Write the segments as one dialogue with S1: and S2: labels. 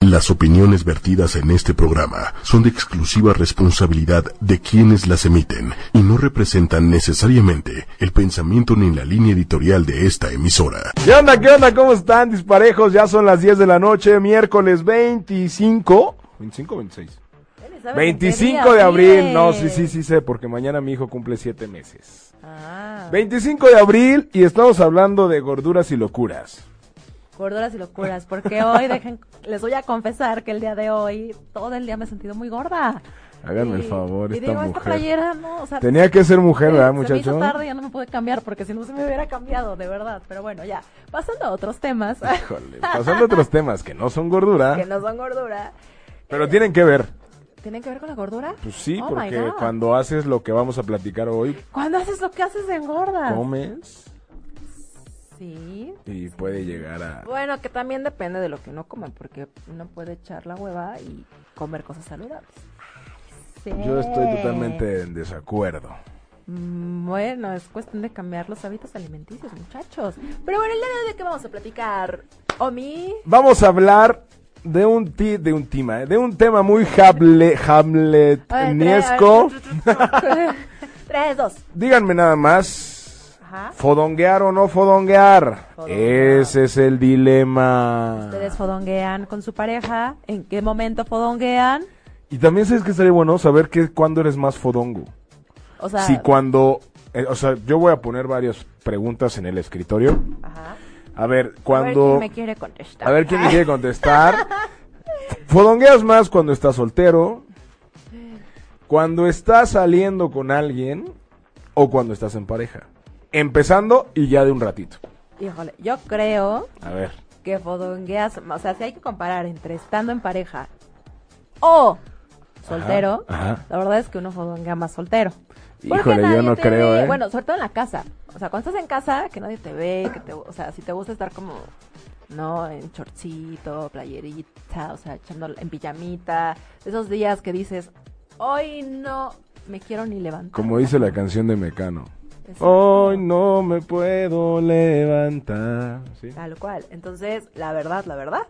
S1: Las opiniones vertidas en este programa son de exclusiva responsabilidad de quienes las emiten y no representan necesariamente el pensamiento ni la línea editorial de esta emisora.
S2: ¿Qué onda? ¿Qué onda? ¿Cómo están? Disparejos, ya son las 10 de la noche, miércoles 25. ¿25 26?
S3: ¿Sabes en qué
S2: 25
S3: día
S2: de abril,
S3: vive?
S2: no, sí, sí, sí sé, porque mañana mi hijo cumple siete meses.
S3: Ah,
S2: 25 de abril y estamos hablando de gorduras y locuras.
S3: gorduras y locuras, porque hoy dejen, les voy a confesar que el día de hoy, todo el día me he sentido muy gorda.
S2: Háganme
S3: Y-
S2: el favor,
S3: y
S2: esta
S3: digo,
S2: mujer.
S3: esta playera, no, o sea,
S2: Tenía que ser mujer,
S3: se-
S2: ¿verdad,
S3: Se me hizo
S2: muchacho?
S3: tarde, ya no me pude cambiar, porque si no se me hubiera cambiado, de verdad. Pero bueno, ya, pasando a otros temas,
S2: Híjole, pasando a otros temas que no son gordura,
S3: que no son gordura,
S2: pero tienen que ver.
S3: ¿tienen que ver con la gordura?
S2: Pues sí,
S3: Oh my
S2: porque
S3: God.
S2: cuando haces lo que vamos a platicar hoy,
S3: Cuando haces lo que haces, engordas.
S2: comes
S3: Sí.
S2: y puede llegar a...
S3: Bueno, que también depende de lo que uno come, porque uno puede echar la hueva y comer cosas saludables.
S2: Yo estoy totalmente en desacuerdo.
S3: Mm, Bueno, es cuestión de cambiar los hábitos alimenticios, muchachos. Pero bueno, el día de hoy, ¿de qué vamos a platicar? Omi,
S2: Vamos a hablar de un ti, de un tema, ¿eh? de un tema muy hamle, hamletniesco.
S3: Tres, dos.
S2: Díganme nada más,
S3: Ajá.
S2: fodonguear o no fodonguear.
S3: Fodonguear.
S2: Ese es el dilema.
S3: Ustedes fodonguean con su pareja. ¿En qué momento fodonguean?
S2: Y también sabes que estaría bueno saber que cuándo eres más fodongo.
S3: O sea,
S2: si cuando, eh, o sea, yo voy a poner varias preguntas en el escritorio.
S3: ajá.
S2: A ver,
S3: A ver
S2: cuando
S3: quién me quiere contestar.
S2: A ver quién me quiere contestar. Fodongueas más cuando estás soltero, cuando estás saliendo con alguien o cuando estás en pareja. Empezando y ya de un ratito.
S3: Híjole, yo creo
S2: A ver.
S3: que fodongueas, o sea, si hay que comparar entre estando en pareja o soltero,
S2: Ajá, ajá.
S3: la verdad es que uno fodonguea más soltero. Porque
S2: Híjole, yo
S3: nadie
S2: no
S3: te
S2: creo,
S3: ve.
S2: ¿eh?
S3: Bueno, sobre todo en la casa. O sea, cuando estás en casa, que nadie te ve, que te, o sea, si te gusta estar como, ¿no? En chorcito, playerita, o sea, echando en pijamita. Esos días que dices, hoy no me quiero ni levantar.
S2: Como dice la canción de Mecano.
S3: Exacto.
S2: Hoy no me puedo levantar. ¿Sí?
S3: Tal cual. Entonces, la verdad, la verdad,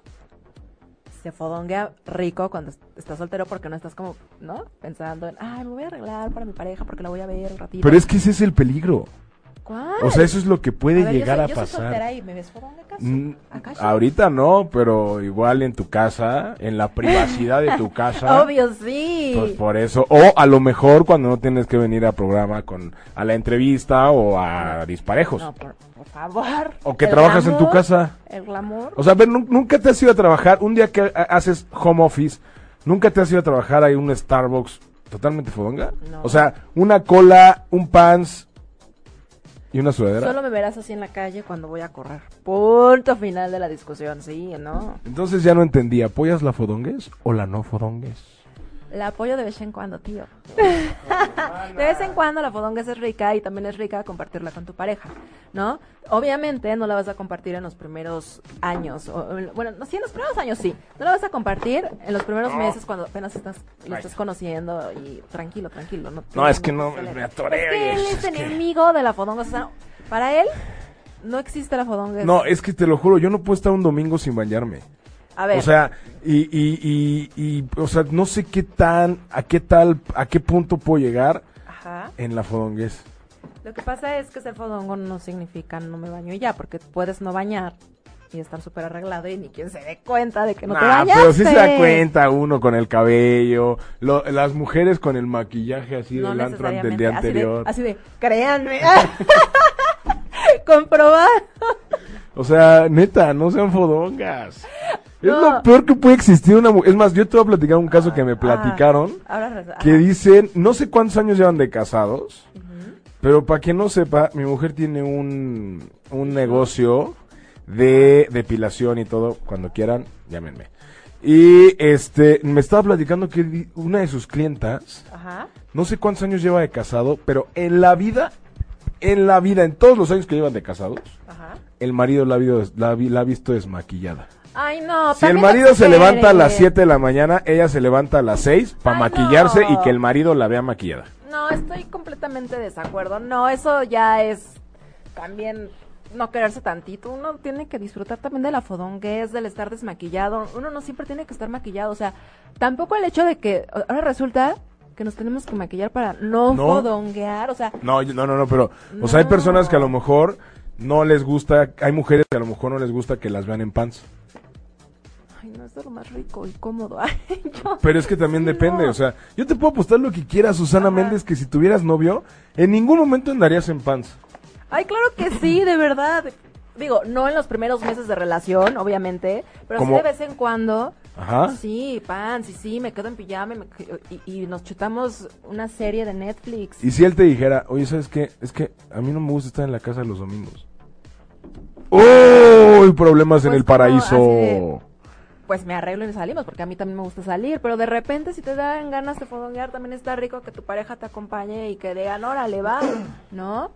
S3: se fodonguea rico cuando est- estás soltero porque no estás como, ¿no? Pensando en, ay, me voy a arreglar para mi pareja porque la voy a ver un ratito.
S2: Pero es que ese es el peligro.
S3: ¿Cuál?
S2: O sea, eso es lo que puede
S3: A ver, yo
S2: llegar
S3: soy-
S2: a
S3: yo soy
S2: pasar.
S3: soltera y me ves fodonga acaso.
S2: Mm,
S3: ¿Acaso?
S2: Ahorita no, pero igual en tu casa, en la privacidad de tu casa.
S3: Obvio, sí.
S2: Pues por eso, o a lo mejor cuando no tienes que venir a programa con a la entrevista o a disparejos.
S3: No, por, por favor.
S2: O que
S3: El
S2: trabajas en tu
S3: glamour,
S2: casa.
S3: El glamour.
S2: O sea, a ver, nun- nunca te has ido a trabajar, un día que ha- haces home office, nunca te has ido a trabajar a un Starbucks totalmente fodonga.
S3: No.
S2: O sea, una cola, un pants y una sudadera.
S3: Solo me verás así en la calle cuando voy a correr. Punto final de la discusión, sí, ¿no?
S2: Entonces ya no entendí, ¿apoyas la fodongues o la no fodongues?
S3: La apoyo de vez en cuando, tío. De vez en cuando la fodongues es rica y también es rica compartirla con tu pareja, ¿no? Obviamente no la vas a compartir en los primeros años. o en- bueno, no, sí, en los primeros años sí. No la vas a compartir en los primeros meses cuando apenas estás, lo estás conociendo y tranquilo, tranquilo. No,
S2: No, es
S3: tienes
S2: que no,
S3: mucho problema.
S2: me atoré,
S3: Es que él
S2: es-
S3: es
S2: es
S3: el
S2: que-
S3: enemigo de la fodonga. O sea, para él no existe la fodongues.
S2: No, es que te lo juro, yo no puedo estar un domingo sin bañarme.
S3: a ver.
S2: O sea, y, y, y, y, o sea, no sé qué tan, a qué tal, a qué punto puedo llegar
S3: Ajá.
S2: en la fodonguez.
S3: Lo que pasa es que ser fodongo no significa no me baño y ya, porque puedes no bañar y estar súper arreglado y ni quien se dé cuenta de que no te
S2: Nah,
S3: bañaste.
S2: pero sí se da cuenta uno con el cabello, lo- las mujeres con el maquillaje así
S3: No
S2: del antro ante- del
S3: necesariamente.
S2: día
S3: así de-
S2: anterior.
S3: Así de, créanme. Comprobar.
S2: O sea, neta, no sean fodongas. Es
S3: No.
S2: lo peor que puede existir una mujer. Es más, yo te voy a platicar un caso que me platicaron,
S3: Ah, ahora res-
S2: que
S3: ajá.
S2: dicen, no sé cuántos años llevan de casados, Pero para quien no sepa, mi mujer tiene un, un negocio de depilación y todo. Cuando quieran, llámenme. Y este, me estaba platicando que di- una de sus clientas,
S3: Ajá.
S2: no sé cuántos años lleva de casado, pero en la vida, en la vida, en todos los años que llevan de casados,
S3: Ajá.
S2: el marido la ha, vido- la ha vi- la ha visto desmaquillada.
S3: Ay, no.
S2: Si el
S3: también
S2: marido se
S3: exageren.
S2: levanta a las 7 de la mañana, ella se levanta a las 6 para
S3: Ay,
S2: maquillarse
S3: Ah, no.
S2: y que el marido la vea maquillada.
S3: No, estoy completamente de desacuerdo. No, eso ya es también no quererse tantito. Uno tiene que disfrutar también de la fodonguez, del estar desmaquillado. Uno no siempre tiene que estar maquillado. O sea, tampoco el hecho de que ahora resulta que nos tenemos que maquillar para no,
S2: No.
S3: fodonguear. O sea,
S2: No, yo- no, no, no, pero, o sea, hay
S3: No.
S2: personas que a lo mejor no les gusta, hay mujeres que a lo mejor no les gusta que las vean en pants.
S3: ay, no, esto es lo más rico y cómodo. Ay, yo-
S2: Pero es que también
S3: Sí,
S2: depende,
S3: no.
S2: o sea, yo te puedo apostar lo que quieras, Susana
S3: Ajá.
S2: Méndez, que si tuvieras novio, en ningún momento andarías en pants.
S3: Ay, claro que sí, de verdad. Digo, no en los primeros meses de relación, obviamente, pero sí
S2: Como-
S3: de vez en cuando.
S2: Ajá.
S3: Sí, pan, sí, sí, me quedo en pijama y, me que- y- y nos chutamos una serie de Netflix.
S2: Y si él te dijera, oye, ¿sabes qué? Es que a mí no me gusta estar en la casa los domingos. ¡Uy! Problemas en
S3: Pues
S2: el
S3: como
S2: paraíso.
S3: así de- Pues me arreglo y salimos, porque a mí también me gusta salir, pero de repente si te dan ganas de fodonguear, también está rico que tu pareja te acompañe y que digan, órale, va, ¿no?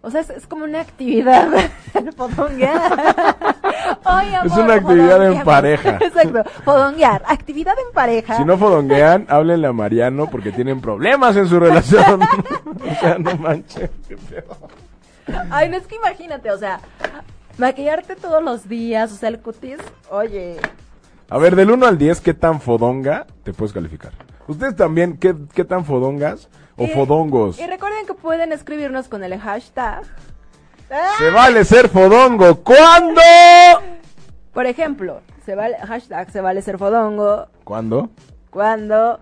S3: O sea, es, es como una actividad, el fodonguear. Oye,
S2: Es
S3: amor,
S2: una actividad en
S3: fodongueamos.
S2: pareja.
S3: Exacto, fodonguear, actividad en pareja.
S2: Si no fodonguean, háblenle a Mariano porque tienen problemas en su relación. o sea, no manches. qué pedo.
S3: Ay, no es que imagínate, o sea, maquillarte todos los días, o sea, el cutis, oye,
S2: A ver, del 1 al 10, ¿qué tan fodonga te puedes calificar? Ustedes también, ¿qué, qué tan fodongas o
S3: Y-
S2: fodongos?
S3: Y recuerden que pueden escribirnos con el hashtag.
S2: Se vale ser fodongo. ¿Cuándo?
S3: Por ejemplo, se vale, hashtag se vale ser fodongo
S2: ¿Cuándo?
S3: cuando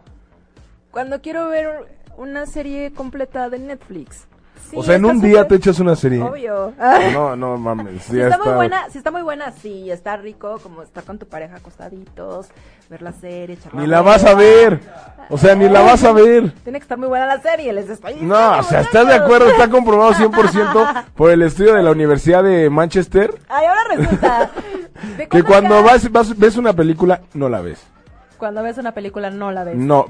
S3: cuando quiero ver una serie completa de Netflix. Sí,
S2: o sea, en
S3: está
S2: un día
S3: súper
S2: te echas una serie.
S3: Obvio.
S2: No, no mames.
S3: si
S2: ya
S3: está, muy
S2: está-
S3: buena, si está muy buena, sí, está rico como estar con tu pareja acostaditos, ver la serie, charlar.
S2: Ni la vas a ver. O sea, ni la vas a ver.
S3: Tiene que estar muy buena la serie, les estoy
S2: No, o sea, ¿estás de
S3: muchachos.
S2: acuerdo? Está comprobado 100% por el estudio de la Universidad de Manchester
S3: Ay, ahora resulta. ¿De
S2: que
S3: cuándo
S2: cuando vas,
S3: acá?
S2: vas- ves una película, no la ves.
S3: Cuando ves una película no la ves.
S2: No.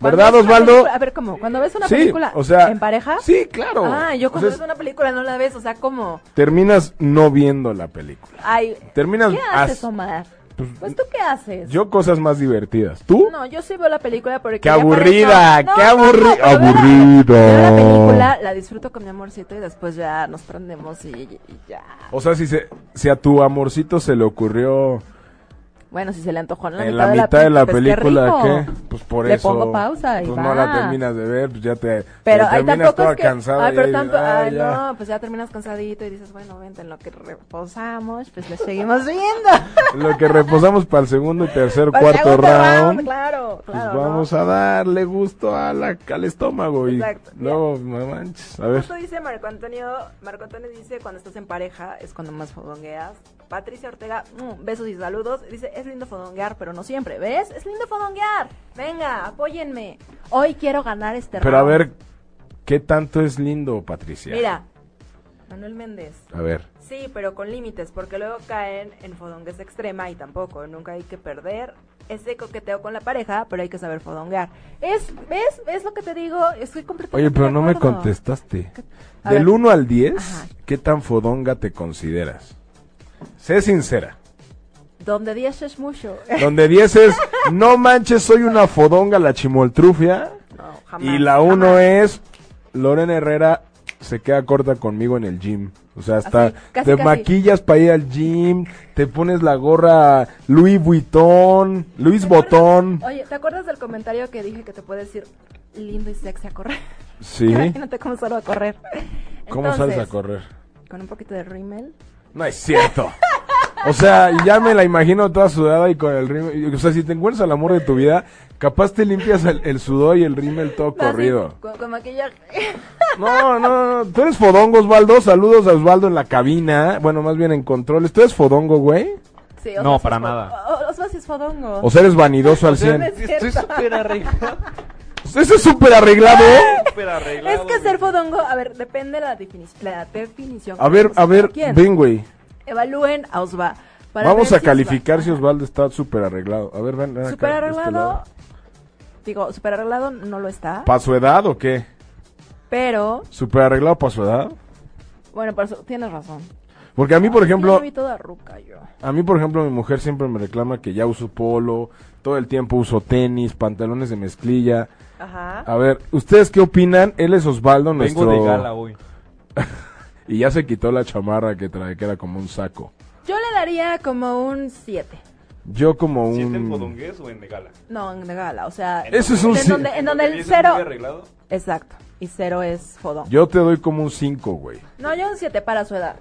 S3: Cuando
S2: ¿Verdad,
S3: ves una
S2: Osvaldo?
S3: película- A ver, ¿cómo? Cuando ves una
S2: Sí,
S3: película
S2: o sea,
S3: en pareja.
S2: sí, claro.
S3: Ah, yo
S2: O
S3: cuando
S2: sea,
S3: ves una película no la ves, o sea, como.
S2: Terminas no viendo la película.
S3: Ay,
S2: Terminas-
S3: ¿Qué haces,
S2: haz-
S3: Omar?
S2: Pues,
S3: Pues tú qué haces.
S2: Yo cosas más divertidas. ¿Tú?
S3: No, yo sí veo la película porque.
S2: ¡Qué
S3: ya para
S2: aburrida!
S3: eso-
S2: ¡Qué
S3: No, no,
S2: aburri-
S3: no, pero veo la-
S2: aburrido!
S3: veo la película, la disfruto con mi amorcito y después ya nos prendemos y, y ya.
S2: O sea, si, se, si a tu amorcito se le ocurrió
S3: Bueno, si se le antojó en la
S2: en
S3: mitad,
S2: la mitad de la
S3: pues, qué
S2: película,
S3: rico.
S2: ¿qué? Pues por
S3: Le
S2: eso.
S3: pongo pausa y
S2: Pues no la
S3: va.
S2: terminas de ver, pues ya te.
S3: Pero
S2: te
S3: ahí
S2: terminas
S3: tampoco
S2: toda
S3: es que...
S2: cansada
S3: ay,
S2: y
S3: pero
S2: ahí
S3: tampoco...
S2: dices, "Ah,
S3: ay,
S2: ya".
S3: no, pues ya terminas cansadito y dices, bueno, vente, en lo que reposamos, pues le seguimos viendo. Pues,
S2: Lo que reposamos para el segundo y tercer,
S3: Para el
S2: cuarto
S3: segundo
S2: round.
S3: Claro,
S2: Pues
S3: claro.
S2: vamos a darle gusto a la, al estómago y
S3: Exacto.
S2: luego no manches. A ver,
S3: Esto dice Marco Antonio, Marco Antonio dice cuando estás en pareja es cuando más fodongueas. Patricia Ortega, mm, besos y saludos. Dice, es lindo fodonguear, pero no siempre, ¿ves? Es lindo fodonguear. Venga, apóyenme. Hoy quiero ganar este
S2: pero a
S3: round.
S2: ver, ¿qué tanto es lindo, Patricia?
S3: Mira, Manuel Méndez.
S2: A ver,
S3: Sí, pero con límites, porque luego caen en fodonguez extrema y tampoco, nunca hay que perder ese coqueteo con la pareja, pero hay que saber fodonguear. Es, ¿ves? ¿Ves lo que te digo? Estoy completamente
S2: oye, pero
S3: de
S2: no me
S3: acuerdo.
S2: contestaste.
S3: A
S2: Del
S3: ver.
S2: 1 al 10,
S3: Ajá.
S2: ¿qué tan fodonga te consideras? Sé sincera.
S3: Donde 10 es mucho.
S2: Donde 10 es, no manches, soy una fodonga la chimoltrufia.
S3: No, jamás.
S2: Y la
S3: jamás.
S2: 1 es, Lorena Herrera se queda corta conmigo en el gym. O sea, hasta
S3: Así, casi,
S2: te
S3: casi.
S2: maquillas para ir al gym, te pones la gorra Louis Vuitton, Luis
S3: ¿Te acuerdas-
S2: Botón.
S3: Oye, ¿te acuerdas del comentario que dije que te puedes ir lindo y sexy a correr?
S2: Sí.
S3: Imagínate cómo salgo a correr.
S2: ¿Cómo
S3: Entonces,
S2: sales a correr?
S3: Con un poquito de rímel.
S2: No es cierto. O sea, y ya me la imagino toda sudada y con el rímel. O sea, si te encuentras al amor de tu vida, capaz te limpias el, el sudor y el rímel todo
S3: No, así,
S2: corrido.
S3: con, con maquillaje.
S2: No, no, no. Tú eres fodongo, Osvaldo. Saludos a Osvaldo en la cabina. Bueno, más bien en controles. ¿Tú eres fodongo, güey?
S3: Sí,
S4: No,
S3: Osma sí
S4: para
S3: es fo-
S4: nada.
S3: o- o- Osma sí es fodongo.
S2: O sea, eres vanidoso al
S4: O sea,
S2: 100.
S3: es
S4: Estoy
S3: cierto.
S4: súper arreglado.
S2: Eso es súper arreglado, ¿eh?
S4: Súper
S3: es
S4: arreglado.
S3: que ser fodongo, a ver, depende de la, defini- la definición.
S2: A ver, a ver,
S3: ¿Quién?
S2: ven, güey.
S3: Evalúen a Osva. para
S2: Vamos
S3: ver
S2: a
S3: si Osva-
S2: calificar si Osvaldo está súper arreglado. A ver, ven, ven acá,
S3: Super
S2: de este
S3: arreglado.
S2: lado.
S3: Digo, super arreglado no lo está.
S2: ¿Para su edad o qué?
S3: pero,
S2: ¿Súper arreglado para su edad?
S3: bueno, por eso, tienes razón.
S2: Porque a mí, por
S3: Ya
S2: ejemplo,
S3: me vi toda ruca yo.
S2: a mí, por ejemplo, mi mujer siempre me reclama que ya uso polo, todo el tiempo uso tenis, pantalones de mezclilla.
S3: Ajá.
S2: A ver, ¿ustedes qué opinan? Él es Osvaldo,
S4: Vengo
S2: nuestro...
S4: de gala hoy.
S2: Y ya se quitó la chamarra que trae, que era como un saco.
S3: Yo le daría como un 7.
S2: Yo como
S4: ¿Si es en
S2: un...
S4: podongués o en de gala?
S3: No, en de gala, o sea...
S4: En
S2: Eso es un
S3: en
S2: sí.
S3: donde, en donde
S4: ¿Y
S3: el
S4: ese es muy
S3: cero...
S4: arreglado?
S3: Exacto, y cero es fodón.
S2: Yo te doy como un 5, güey.
S3: No, yo un 7 para su edad.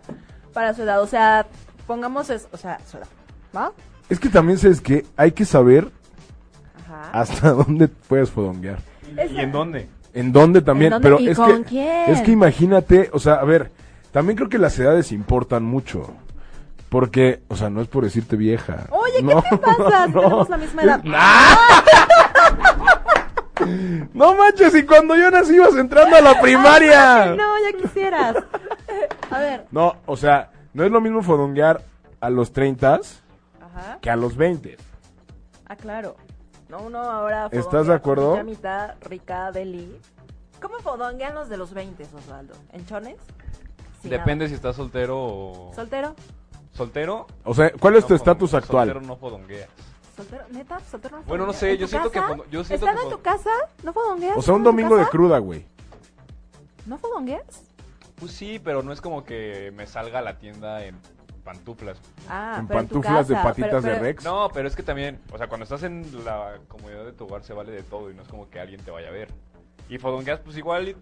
S3: Para su edad, o sea, pongamos es, o sea, su edad. ¿Va?
S2: Es que también sabes que hay que saber
S3: Ajá.
S2: hasta dónde puedes fodonguear.
S3: Esa-
S4: ¿Y en dónde?
S2: En dónde también,
S3: ¿En dónde?
S2: pero
S3: ¿Y
S2: es
S3: con
S2: que
S3: quién?
S2: es que imagínate, o sea, a ver, también creo que las edades importan mucho. Porque, o sea, no es por decirte vieja.
S3: Oye, ¿qué
S2: No,
S3: te pasa? Si Tenemos la misma edad.
S2: No manches, y cuando yo nací ibas entrando a la primaria.
S3: Ay,
S2: no.
S3: No, ya quisieras. A ver.
S2: o sea, no es lo mismo fodonguear a los 30
S3: Ajá.
S2: que a los 20.
S3: Ah, claro. No, uno ahora.
S2: ¿Estás
S3: fodonguea
S2: de acuerdo?
S3: con Mitad, mitad, rica, deli. ¿Cómo fodonguean los de los 20, Osvaldo? ¿En chones? Sin
S4: Depende si estás soltero o...
S3: nada. ¿Soltero?
S4: ¿Soltero?
S2: O sea, ¿cuál es tu
S4: no
S2: estatus
S4: podonguea.
S2: actual?
S4: Soltero no podongueas.
S3: ¿Soltero? ¿Neta? ¿Soltero no
S4: Bueno, no
S3: fodonguea?
S4: sé,
S3: ¿En
S4: yo
S3: tu
S4: siento que
S3: casa?
S4: cuando- yo siento
S3: ¿Estando
S4: que
S3: en tu
S4: cuando-
S3: casa? ¿No fodongueas?
S2: O sea, un
S3: ¿Estando en tu
S2: domingo de
S3: casa?
S2: cruda, güey.
S3: ¿No fodongueas?
S4: Pues sí, pero no es como que me salga a la tienda en pantuflas.
S3: Ah,
S2: Con
S3: pero en tu
S2: pantuflas de
S3: casa,
S2: patitas
S3: pero-
S2: de
S3: pero-
S2: Rex.
S4: No, pero es que también, o sea, cuando estás en la comodidad de tu hogar se vale de todo y no es como que alguien te vaya a ver. Y fodongueas, pues igual,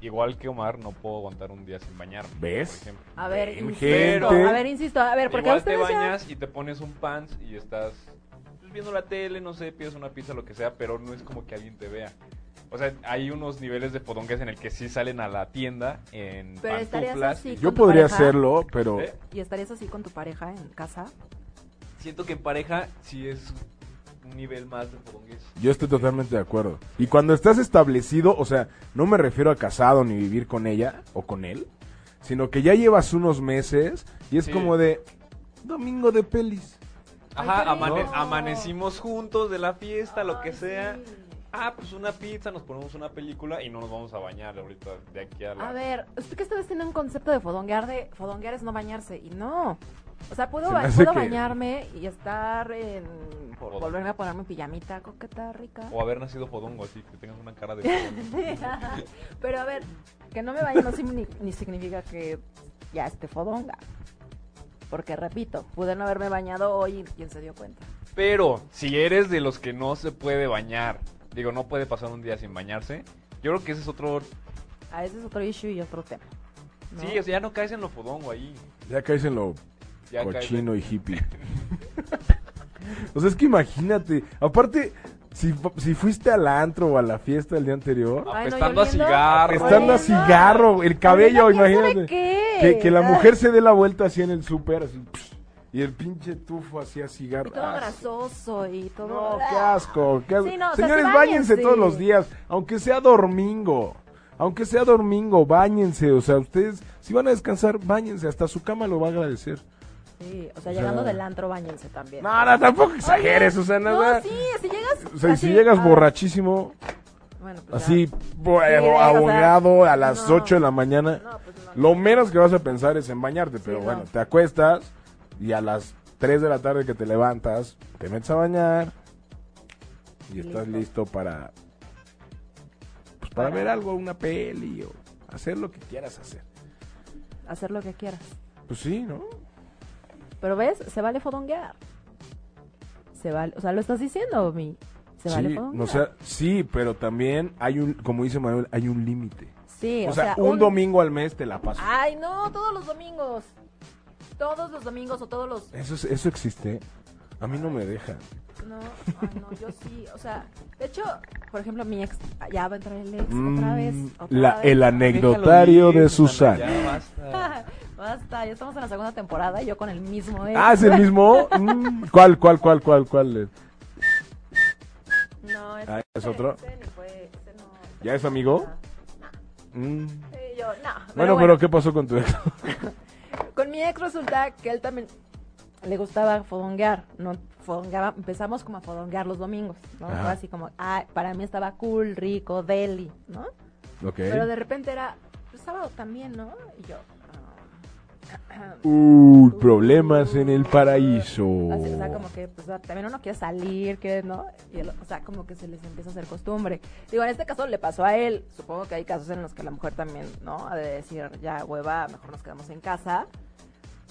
S4: igual que Omar, no puedo aguantar un día sin bañarme.
S2: ¿Ves?
S4: por ejemplo.
S3: A ver,
S2: Ven,
S3: insisto.
S2: gente.
S3: A ver, insisto. A ver, porque
S4: igual te
S3: ustedes ya-
S4: bañas y te pones un pants y estás pues, viendo la tele, no sé, pides una pizza, lo que sea, pero no es como que alguien te vea. O sea, hay unos niveles de fodongueas en el que sí salen a la tienda en
S3: Pero estarías
S4: pantuflas.
S3: así
S4: y-
S2: Yo
S3: ¿Con tu
S2: podría
S3: pareja?
S2: hacerlo, pero
S4: ¿Eh?
S3: ¿Y estarías así con tu pareja en casa?
S4: Siento que en pareja sí es un nivel más de fodonguez.
S2: yo estoy totalmente de acuerdo. Y cuando estás establecido, o sea, no me refiero a casado ni vivir con ella o con él, sino que ya llevas unos meses y es
S4: Sí.
S2: como de domingo de pelis.
S4: Ajá,
S3: Ay, qué
S4: amane-
S3: rico.
S4: amanecimos juntos de la fiesta, lo que
S3: Ay,
S4: sea.
S3: sí.
S4: Ah, pues una pizza, nos ponemos una película y no nos vamos a bañar ahorita de aquí a la...
S3: A ver, usted que ustedes tienen un concepto de fodonguear de fodonguear es no bañarse y no. O sea, puedo,
S2: Se me
S3: ba-
S2: hace
S3: puedo
S2: que-
S3: bañarme y estar en
S4: Fodongo.
S3: volverme a ponerme pijamita coqueta rica.
S4: O haber nacido fodongo, así que tengas una cara de fodongo.
S3: Pero a ver, que no me bañe no signi- ni significa que ya esté fodonga. Porque repito, pude no haberme bañado hoy y quién se dio cuenta.
S4: Pero, si eres de los que no se puede bañar, digo, no puede pasar un día sin bañarse, yo creo que ese es otro...
S3: A Ah, ese es otro issue y otro tema. ¿no?
S4: Sí, o sea, ya no caes en lo fodongo ahí.
S2: Ya caes en lo
S4: Ya caes en-
S2: cochino y hippie. o sea, es que imagínate, aparte, si, fu- si fuiste al antro o a la fiesta el día anterior,
S3: Ay, no, y
S4: Apestando a
S3: oliendo-
S4: cigarro.
S2: estando a
S3: oliendo-
S2: cigarro, el cabello,
S3: Oliendo a quién sabe
S2: imagínate.
S3: qué.
S2: Que, que la
S3: Ay.
S2: mujer se dé la vuelta así en el súper, así, psh, y el pinche tufo así a cigarro.
S3: Y todo
S2: Ah,
S3: grasoso y todo.
S2: No,
S3: ¡Ah!
S2: qué asco. qué asco.
S3: Sí, no, o sea,
S2: Señores,
S3: sí,
S2: báñense
S3: báñense.
S2: todos los días, aunque sea domingo. Aunque sea domingo, báñense. O sea, ustedes, si van a descansar, báñense. Hasta su cama lo va a agradecer.
S3: Sí, o sea, llegando
S2: sea-
S3: del antro, bañense también.
S2: No, no, tampoco exageres, o sea,
S3: No,
S2: nada.
S3: sí, si llegas.
S2: O sea, y
S3: así,
S2: si llegas
S3: ah,
S2: borrachísimo,
S3: bueno, pues ya.
S2: así, bo-
S3: Sí, o sea,
S2: ahogado a las
S3: no.
S2: 8 de la mañana,
S3: No, pues no.
S2: lo menos que vas a pensar es en bañarte. Pero
S3: no.
S2: bueno, te acuestas y a las 3 de la tarde que te levantas, te metes a bañar y estás listo para, pues, para,
S3: Para-
S2: ver algo, una peli o hacer lo que quieras hacer.
S3: Hacer lo que quieras.
S2: Pues sí, ¿no?
S3: Pero ves, se vale fodonguear. Se vale, o sea, lo estás diciendo, mi. Se
S2: sí,
S3: vale
S2: no, o
S3: fodonguear.
S2: sea, sí, pero también hay un, como dice Manuel, hay un límite.
S3: sí,
S2: O sea, un domingo al mes te la paso.
S3: Ay, no, todos los domingos. Todos los domingos o todos los.
S2: Eso, es- eso existe. A mí no me deja.
S3: No, ay, no, yo sí. O sea, de hecho, por ejemplo, mi ex. Ya va a entrar el ex Pues otra
S2: Mm,
S3: vez. otra
S2: la-
S3: vez.
S2: el anecdotario de Susana.
S4: Ya basta.
S3: Basta, ya estamos en la segunda temporada y yo con el mismo ex.
S2: Ah, ¿es el mismo? Mm, ¿Cuál, cuál, cuál, cuál, cuál?
S3: No, ese-
S2: Ah, ¿es otro?
S3: ese ni fue, ese no, ese
S2: ¿Ya
S3: no
S2: es
S3: fue
S2: amigo?
S3: nada.
S2: Mm.
S3: Sí, yo, no,
S2: Bueno, pero ¿qué pasó con tu ex?
S3: Con mi ex resulta que él también le gustaba fodonguear, no fodongueaba, empezamos como a fodonguear los domingos, ¿no?
S2: Ajá.
S3: Fue así como, ah, para mí estaba cool, rico, deli, ¿no?
S2: Ok.
S3: Pero de repente era, pues, sábado también, ¿no? Y yo, ah,
S2: Uh, problemas en el paraíso.
S3: Así, o sea, como que pues, también uno quiere salir, quiere, ¿no? Y el- o sea, como que se les empieza a hacer costumbre. Digo, en este caso le pasó a él. Supongo que hay casos en los que la mujer también, ¿no? Ha de decir, ya, hueva, mejor nos quedamos en casa.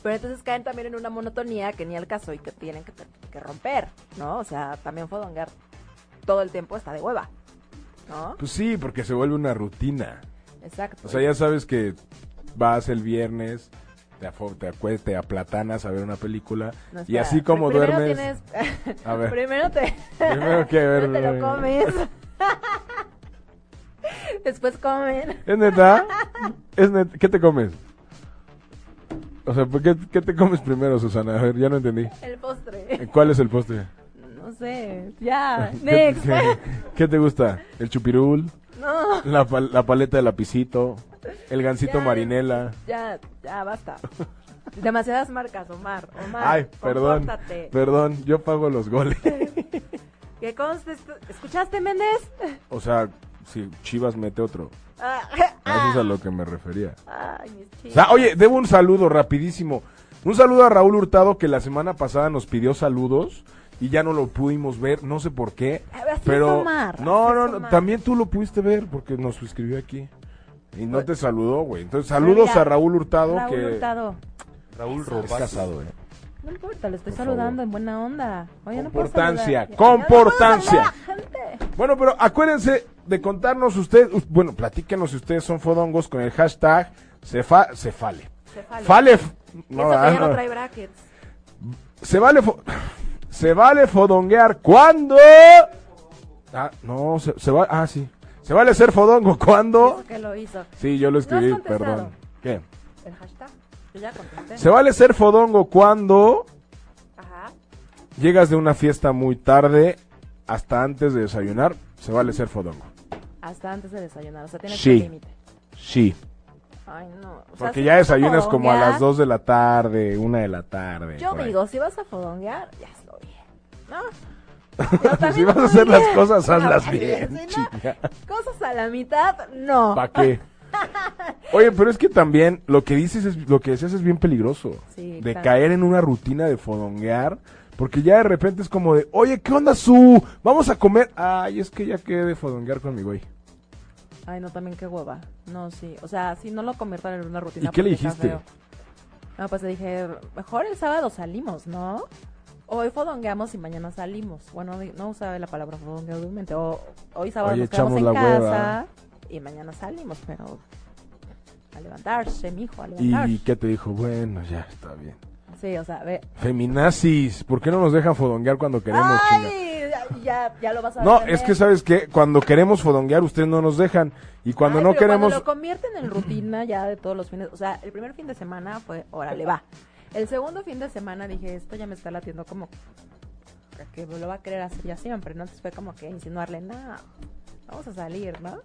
S3: Pero entonces caen también en una monotonía que ni al caso y que tienen que, que romper, ¿no? O sea, también fodongar todo el tiempo está de hueva, ¿no?
S2: Pues sí, porque se vuelve una rutina.
S3: Exacto.
S2: O sea, ya sabes que vas el viernes, te, afo- te acuestas, te aplatanas a ver una película. y
S3: No, espera.
S2: así como
S3: Primero
S2: duermes.
S3: tienes-
S2: A ver.
S3: Primero te.
S2: Primero que ver-
S3: primero te lo comes. Después comen.
S2: ¿Es neta? ¿Es neta? ¿Qué te comes? O sea, ¿por ¿qué, qué te comes primero, Susana? A ver, ya no entendí.
S3: El postre.
S2: ¿Cuál es el postre?
S3: No sé. Ya.
S2: ¿Qué,
S3: Next.
S2: qué- qué te gusta? ¿El chupirul?
S3: No.
S2: La, pal- la paleta de lapicito? ¿El gansito
S3: Ya.
S2: marinela?
S3: Ya, ya, basta. Demasiadas marcas, Omar. Omar.
S2: Ay, perdón.
S3: compórtate.
S2: Perdón, yo pago los goles.
S3: ¿Qué conste? esto? ¿Escuchaste, Méndez?
S2: O sea, si Chivas mete otro.
S3: Ah,
S2: A eso es a lo que me refería.
S3: Ay, mis
S2: O
S3: chicos.
S2: sea, oye, debo un saludo rapidísimo. Un saludo a Raúl Hurtado que la semana pasada nos pidió saludos y ya no lo pudimos ver, no sé por qué.
S3: A ver, así es,
S2: Pero
S3: Omar,
S2: no,
S3: así
S2: no,
S3: es,
S2: no,
S3: Omar.
S2: también tú lo pudiste ver porque nos suscribió aquí. Y no te saludó, güey. Entonces,
S3: Pero
S2: saludos
S3: ya,
S2: a Raúl Hurtado
S3: Raúl
S2: que
S3: Hurtado.
S4: Raúl Ah,
S2: es casado, eh.
S3: No importa, le estoy
S2: Por
S3: saludando
S2: favor.
S3: en buena onda. Oye,
S2: Comportancia,
S3: no puedo saludar. Ya- ya no puedo
S2: comportancia.
S3: saludar a la gente.
S2: Bueno, pero acuérdense de contarnos ustedes, u- bueno, platíquenos si ustedes son fodongos con el hashtag cefa, cefale.
S3: Cefale.
S2: Fale. f-
S3: Y
S2: no,
S3: eso que
S2: ah,
S3: ya no
S2: no.
S3: trae brackets.
S2: Se vale fo- se vale fodonguear cuando Ah, no, se, se va, ah, sí. Se vale ser fodongo cuando
S3: Eso que lo hizo.
S2: Sí, yo lo
S3: has
S2: escribí,
S3: contestado.
S2: perdón. ¿Qué?
S3: El hashtag. Yo ya contesté.
S2: Se vale ser fodongo cuando
S3: Ajá.
S2: llegas de una fiesta muy tarde hasta antes de desayunar, se vale ser fodongo.
S3: Hasta antes de desayunar. O sea, tienes
S2: Sí.
S3: un límite.
S2: Sí.
S3: Ay, no. O sea,
S2: Porque
S3: si
S2: ya
S3: vas a
S2: desayunas como a
S3: fodonguear,
S2: las 2 de la tarde, 1 de la tarde.
S3: Yo
S2: por ahí.
S3: digo, si vas a fodonguear, ya hazlo bien. ¿No?
S2: si Pues
S3: también
S2: vas a
S3: lo
S2: hacer las
S3: dije.
S2: cosas, hazlas
S3: Ay,
S2: bien,
S3: si no-
S2: chinga.
S3: Cosas a la mitad, no.
S2: ¿Para qué? Oye, pero es que también lo que dices es, lo que decías es bien peligroso.
S3: Sí,
S2: de
S3: claro.
S2: caer en una rutina de fodonguear, porque ya de repente es como de, "Oye, ¿qué onda, su? Vamos a comer." Ay, es que ya quedé de fodonguear con mi güey.
S3: Ay, no, también qué hueva. No, sí. O sea, si no lo conviertan en una rutina.
S2: ¿Y qué le
S3: porque está
S2: dijiste?
S3: feo. No, pues le dije, mejor el sábado salimos, ¿no? Hoy fodongueamos y mañana salimos. Bueno, di- no usaba la palabra fodonguear, obviamente. O, hoy sábado
S2: Hoy
S3: nos quedamos en
S2: echamos la
S3: casa
S2: hueva.
S3: y mañana salimos, pero a levantarse, mijo, a levantarse.
S2: ¿Y qué te dijo? Bueno, ya está bien.
S3: Sí, o sea, ve.
S2: Feminazis, ¿por qué no nos dejan fodonguear cuando queremos, chinga?
S3: ¡Ay! Ya, ya lo vas a
S2: No,
S3: aprender.
S2: es que sabes que cuando queremos fodonguear ustedes no nos dejan y cuando
S3: Ay,
S2: no
S3: pero
S2: queremos
S3: Cuando lo convierten en rutina ya de todos los fines. O sea, el primer fin de semana fue, órale, va. El segundo fin de semana dije, esto ya me está latiendo como que- que lo va a querer hacer ya siempre, ¿no? Entonces fue como que insinuarle, nada, vamos a salir, ¿no?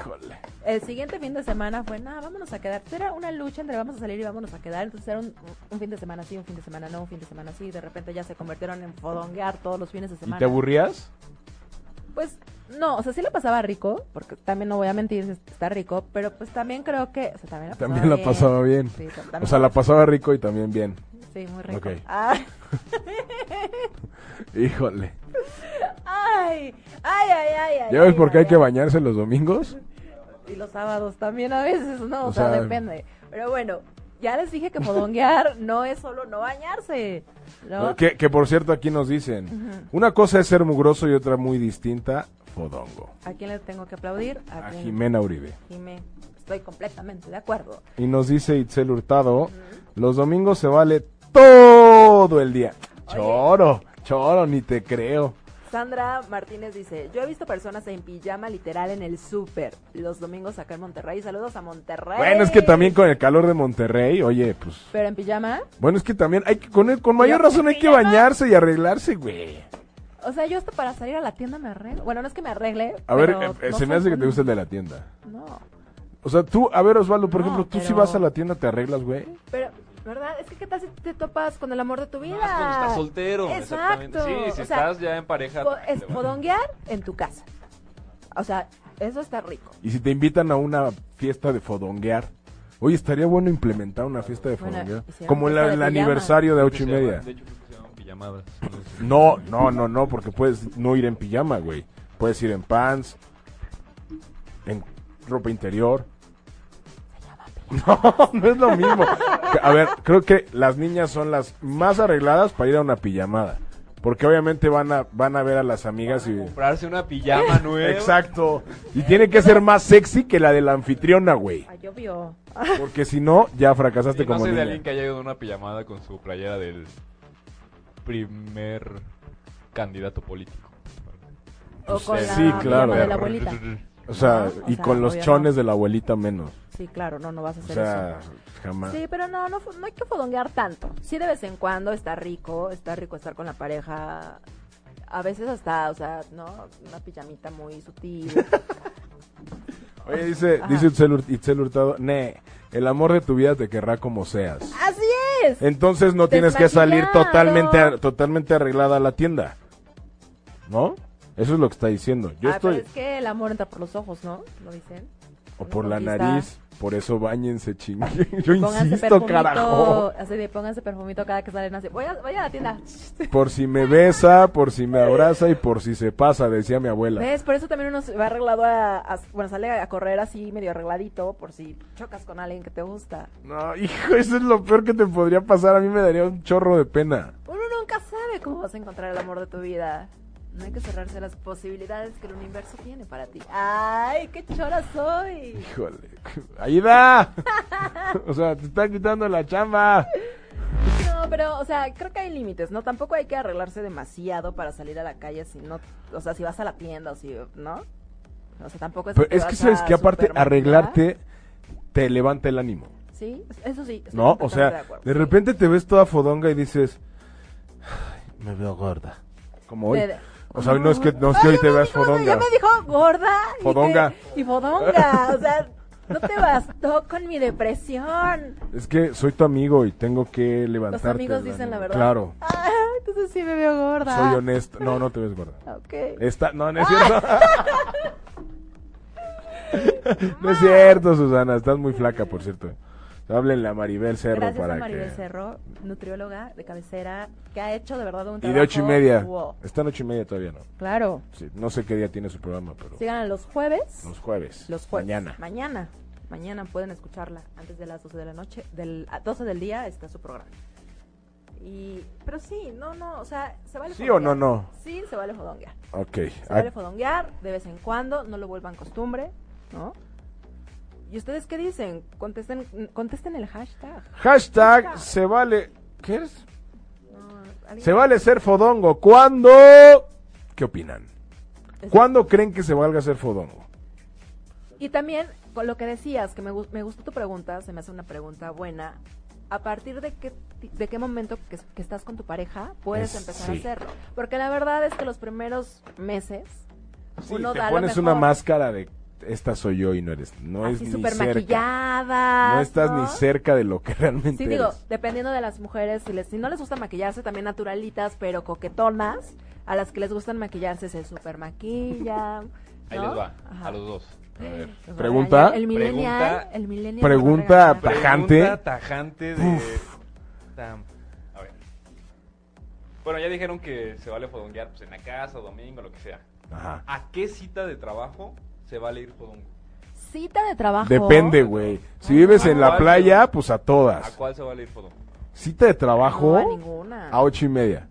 S2: Híjole.
S3: El siguiente fin de semana fue, nada, vámonos a quedar. Entonces era una lucha entre vamos a salir y vámonos a quedar. Entonces era un, un fin de semana sí, un fin de semana no, un fin de semana sí. De repente ya se convirtieron en fodonguear todos los fines de
S2: ¿Y
S3: semana.
S2: te aburrías?
S3: Pues no, o sea, sí la pasaba rico, porque también no voy a mentir, está rico, pero pues también creo que, o sea, también la pasaba
S2: También la
S3: bien.
S2: pasaba bien.
S3: Sí, tam- también-
S2: O sea, la pasaba rico y también bien.
S3: sí, muy rico.
S2: Ok.
S3: Ah,
S2: Híjole.
S3: Ay, ay, ay, ay, ay.
S2: ¿Ya ves
S3: ay,
S2: por qué
S3: ay,
S2: hay que
S3: ay.
S2: bañarse los domingos?
S3: Y los sábados también a veces, ¿no? O,
S2: O
S3: sea,
S2: sea-
S3: depende. Pero bueno, ya les dije que podonguear no es solo no bañarse, ¿no?
S2: Que, que por cierto aquí nos dicen, una cosa es ser mugroso y otra muy distinta, fodongo.
S3: ¿A quién le tengo que aplaudir?
S2: A
S3: quién?
S2: Jimena Uribe.
S3: Jimé. Estoy completamente de acuerdo.
S2: Y nos dice Itzel Hurtado, los domingos se vale todo el día. Choro, choro, ni te creo.
S3: Sandra Martínez dice, yo he visto personas en pijama literal en el súper los domingos acá en Monterrey. Saludos a Monterrey.
S2: Bueno, es que también con el calor de Monterrey, oye, pues...
S3: Pero en pijama,
S2: Bueno, es que también hay que, con, con mayor razón hay que bañarse y arreglarse, güey.
S3: o sea, yo hasta para salir a la tienda me arreglo. Bueno, no es que me arregle.
S2: A ver,
S3: pero
S2: eh, eh,
S3: no
S2: se me
S3: soy
S2: hace que
S3: una-
S2: te guste el de la tienda.
S3: No,
S2: O sea, tú, a ver, Osvaldo, por
S3: No,
S2: ejemplo, tú si
S3: pero-
S2: vas a la tienda te arreglas, güey.
S3: pero, ¿verdad? Es que qué tal si te topas con el amor de tu vida.
S4: Más cuando estás pues, soltero.
S3: Exacto.
S4: Exactamente. Sí, si
S3: O sea,
S4: estás ya en pareja.
S3: po- es
S4: te va.
S3: podonguear en tu casa. O sea, eso está rico.
S2: Y si te invitan a una fiesta de fodonguear, Oye, estaría bueno implementar una fiesta de
S3: Bueno,
S2: fodongueo.
S3: y si era
S2: Como
S3: fiesta
S2: la-
S3: de
S2: el
S3: pijamas.
S2: aniversario de ocho y
S4: Se llaman-
S2: media.
S4: De hecho, creo que se llaman pijamadas. No sé.
S2: No, no, no, no, porque puedes no ir en pijama, güey. Puedes ir en pants, en ropa interior. No, no es lo mismo. A ver, creo que las niñas son las más arregladas para ir a una pijamada. Porque obviamente van a, van a ver a las amigas y...
S4: Comprarse una pijama nueva.
S2: Exacto. Y tiene que ser más sexy que la de la anfitriona, güey.
S3: Ay, obvio.
S2: Porque si no, ya
S4: Sí,
S2: fracasaste
S4: no
S2: como
S4: sé de
S2: niña.
S4: alguien que haya ido a una pijamada con su playera del primer candidato político.
S3: O con
S4: Usted.
S3: la
S2: Sí, claro.
S3: pijama de la abuelita.
S2: O sea,
S3: Ajá, o
S2: y
S3: sea,
S2: con los
S3: obvio no.
S2: chones de la abuelita menos.
S3: Sí, claro, no, no vas a
S2: O
S3: hacer
S2: sea,
S3: eso.
S2: jamás.
S3: Sí, pero no, no, fu- no hay que fodonguear tanto. Sí, de vez en cuando está rico, está rico estar con la pareja. A veces hasta, o sea, ¿no? Una pijamita muy sutil.
S2: Oye, dice,
S3: pues, Ajá.
S2: dice Itzel, Hurt- Itzel Hurtado, ne, el amor de tu vida te querrá como seas.
S3: ¡Así es!
S2: Entonces no tienes que salir
S3: Desmaquillado.
S2: totalmente, ar- totalmente arreglada a la tienda. ¿No? Eso es lo que está diciendo. Yo
S3: Ah,
S2: estoy...
S3: pero es que el amor entra por los ojos, ¿no? Lo dicen.
S2: O
S3: una
S2: por la
S3: conquista.
S2: nariz, por eso bañense, chingue. Yo
S3: Pónganse
S2: insisto,
S3: perfumito,
S2: carajo.
S3: así de pónganse perfumito cada que salen así. Voy a, voy a la tienda.
S2: Por si me besa, por si me abraza y por si se pasa, decía mi abuela.
S3: ¿Ves? Por eso también uno se va arreglado a, a- Bueno, sale a correr así medio arregladito por si chocas con alguien que te gusta.
S2: No, hijo, eso es lo peor que te podría pasar. A mí me daría un chorro de pena.
S3: Uno nunca sabe cómo vas a encontrar el amor de tu vida. No hay que cerrarse a las posibilidades que el universo tiene para ti. ¡Ay, qué chora soy!
S2: Híjole. ¡Ayuda! o sea, te está quitando la chamba.
S3: No, pero, o sea, creo que hay límites, ¿no? Tampoco hay que arreglarse demasiado para salir a la calle si no, o sea, si vas a la tienda o si, ¿no? O sea, tampoco es
S2: Pero
S3: te
S2: es que
S3: vas
S2: sabes
S3: a
S2: que aparte
S3: supermaquillar.
S2: arreglarte te levanta el ánimo.
S3: Sí, eso sí. estoy
S2: ¿No? O
S3: completamente
S2: sea,
S3: acuerdo,
S2: de
S3: sí.
S2: repente te ves toda fodonga y dices, "Ay, me veo gorda. Como hoy.
S3: De-
S2: O sea, no es que, no es que
S3: Ay,
S2: hoy
S3: ya
S2: te
S3: me
S2: veas
S3: dijo- Ya
S2: fodonga.
S3: me dijo gorda. y que-
S2: Fodonga.
S3: Y, fodonga, o sea, no te bastó con mi depresión.
S2: Es que soy tu amigo y tengo que
S3: Los
S2: levantarte.
S3: amigos
S2: el
S3: dicen
S2: ánimo.
S3: la verdad.
S2: Claro,
S3: Ah, entonces sí me veo gorda.
S2: soy honesto. No, no te ves gorda.
S3: Ok.
S2: Está, no, no es cierto. no es cierto, Susana. Estás muy flaca, por cierto. Háblenle a Maribel Cerro
S3: Gracias
S2: para
S3: a Maribel
S2: que.
S3: Cerro, nutrióloga de cabecera, que ha hecho de verdad un
S2: Y
S3: trabajo.
S2: de ocho y media.
S3: wow.
S2: Está en ocho y media todavía, ¿no?
S3: Claro.
S2: Sí, no sé qué día tiene su programa, pero.
S3: Sigan a los jueves.
S2: Los jueves.
S3: Los jueves.
S2: Mañana.
S3: Mañana. Mañana pueden escucharla antes de las 12 de la noche. Del, a 12 del día está su programa. Y, pero sí, no, no, o sea, se vale
S2: ¿Sí o no,
S3: fodonguear.
S2: no?
S3: Sí, se vale fodonguear.
S2: Ok.
S3: Se
S2: Ah,
S3: vale fodonguear de vez en cuando, no lo vuelvan costumbre, ¿no? ¿Y ustedes qué dicen? Contesten, contesten el hashtag.
S2: hashtag se vale. ¿Qué eres?
S3: No, ¿alguien-
S2: Se vale ser fodongo. ¿Cuándo? ¿Qué opinan? ¿Cuándo creen que se valga ser fodongo?
S3: Y también, con lo que decías, que me, gu- me gustó tu pregunta, se me hace una pregunta buena. ¿A partir de qué, ti- de qué momento que, que estás con tu pareja puedes
S2: Es-
S3: empezar
S2: sí.
S3: a hacerlo? Porque la verdad es que los primeros meses
S2: Sí,
S3: uno
S2: te
S3: da
S2: pones
S3: lo
S2: una
S3: mejor.
S2: máscara de esta soy yo y no eres, no es
S3: así
S2: ni
S3: súper
S2: cerca.
S3: maquillada.
S2: No estás ni cerca de lo que realmente
S3: Ah, Sí, digo,
S2: eres.
S3: dependiendo de las mujeres, si, les, si no les gusta maquillarse, también naturalitas, pero coquetonas. A las que les gustan maquillarse se super maquillan.
S4: Ahí les va, a los dos.
S2: A ver.
S3: Nos va a
S2: Pregunta.
S3: regañar. El millennial.
S4: Pregunta-
S3: el millennial
S2: Pregunta
S3: nos va a regañar.
S2: pre- Tajante.
S4: Pregunta tajante de... Tam- A ver. Bueno, ya dijeron que se vale fodonguear pues, en la casa, domingo, lo que sea.
S2: Ajá.
S4: ¿A qué cita de trabajo se vale ir fodongo?
S3: Cita de trabajo.
S2: Depende, güey. Si vives en la
S4: Ah,
S2: playa,
S4: vale.
S2: pues a
S4: ¿A
S2: todas.
S4: cuál se vale ir fodongo?
S2: Cita de
S3: No, a
S2: trabajo
S3: ninguna.
S2: a ocho y media.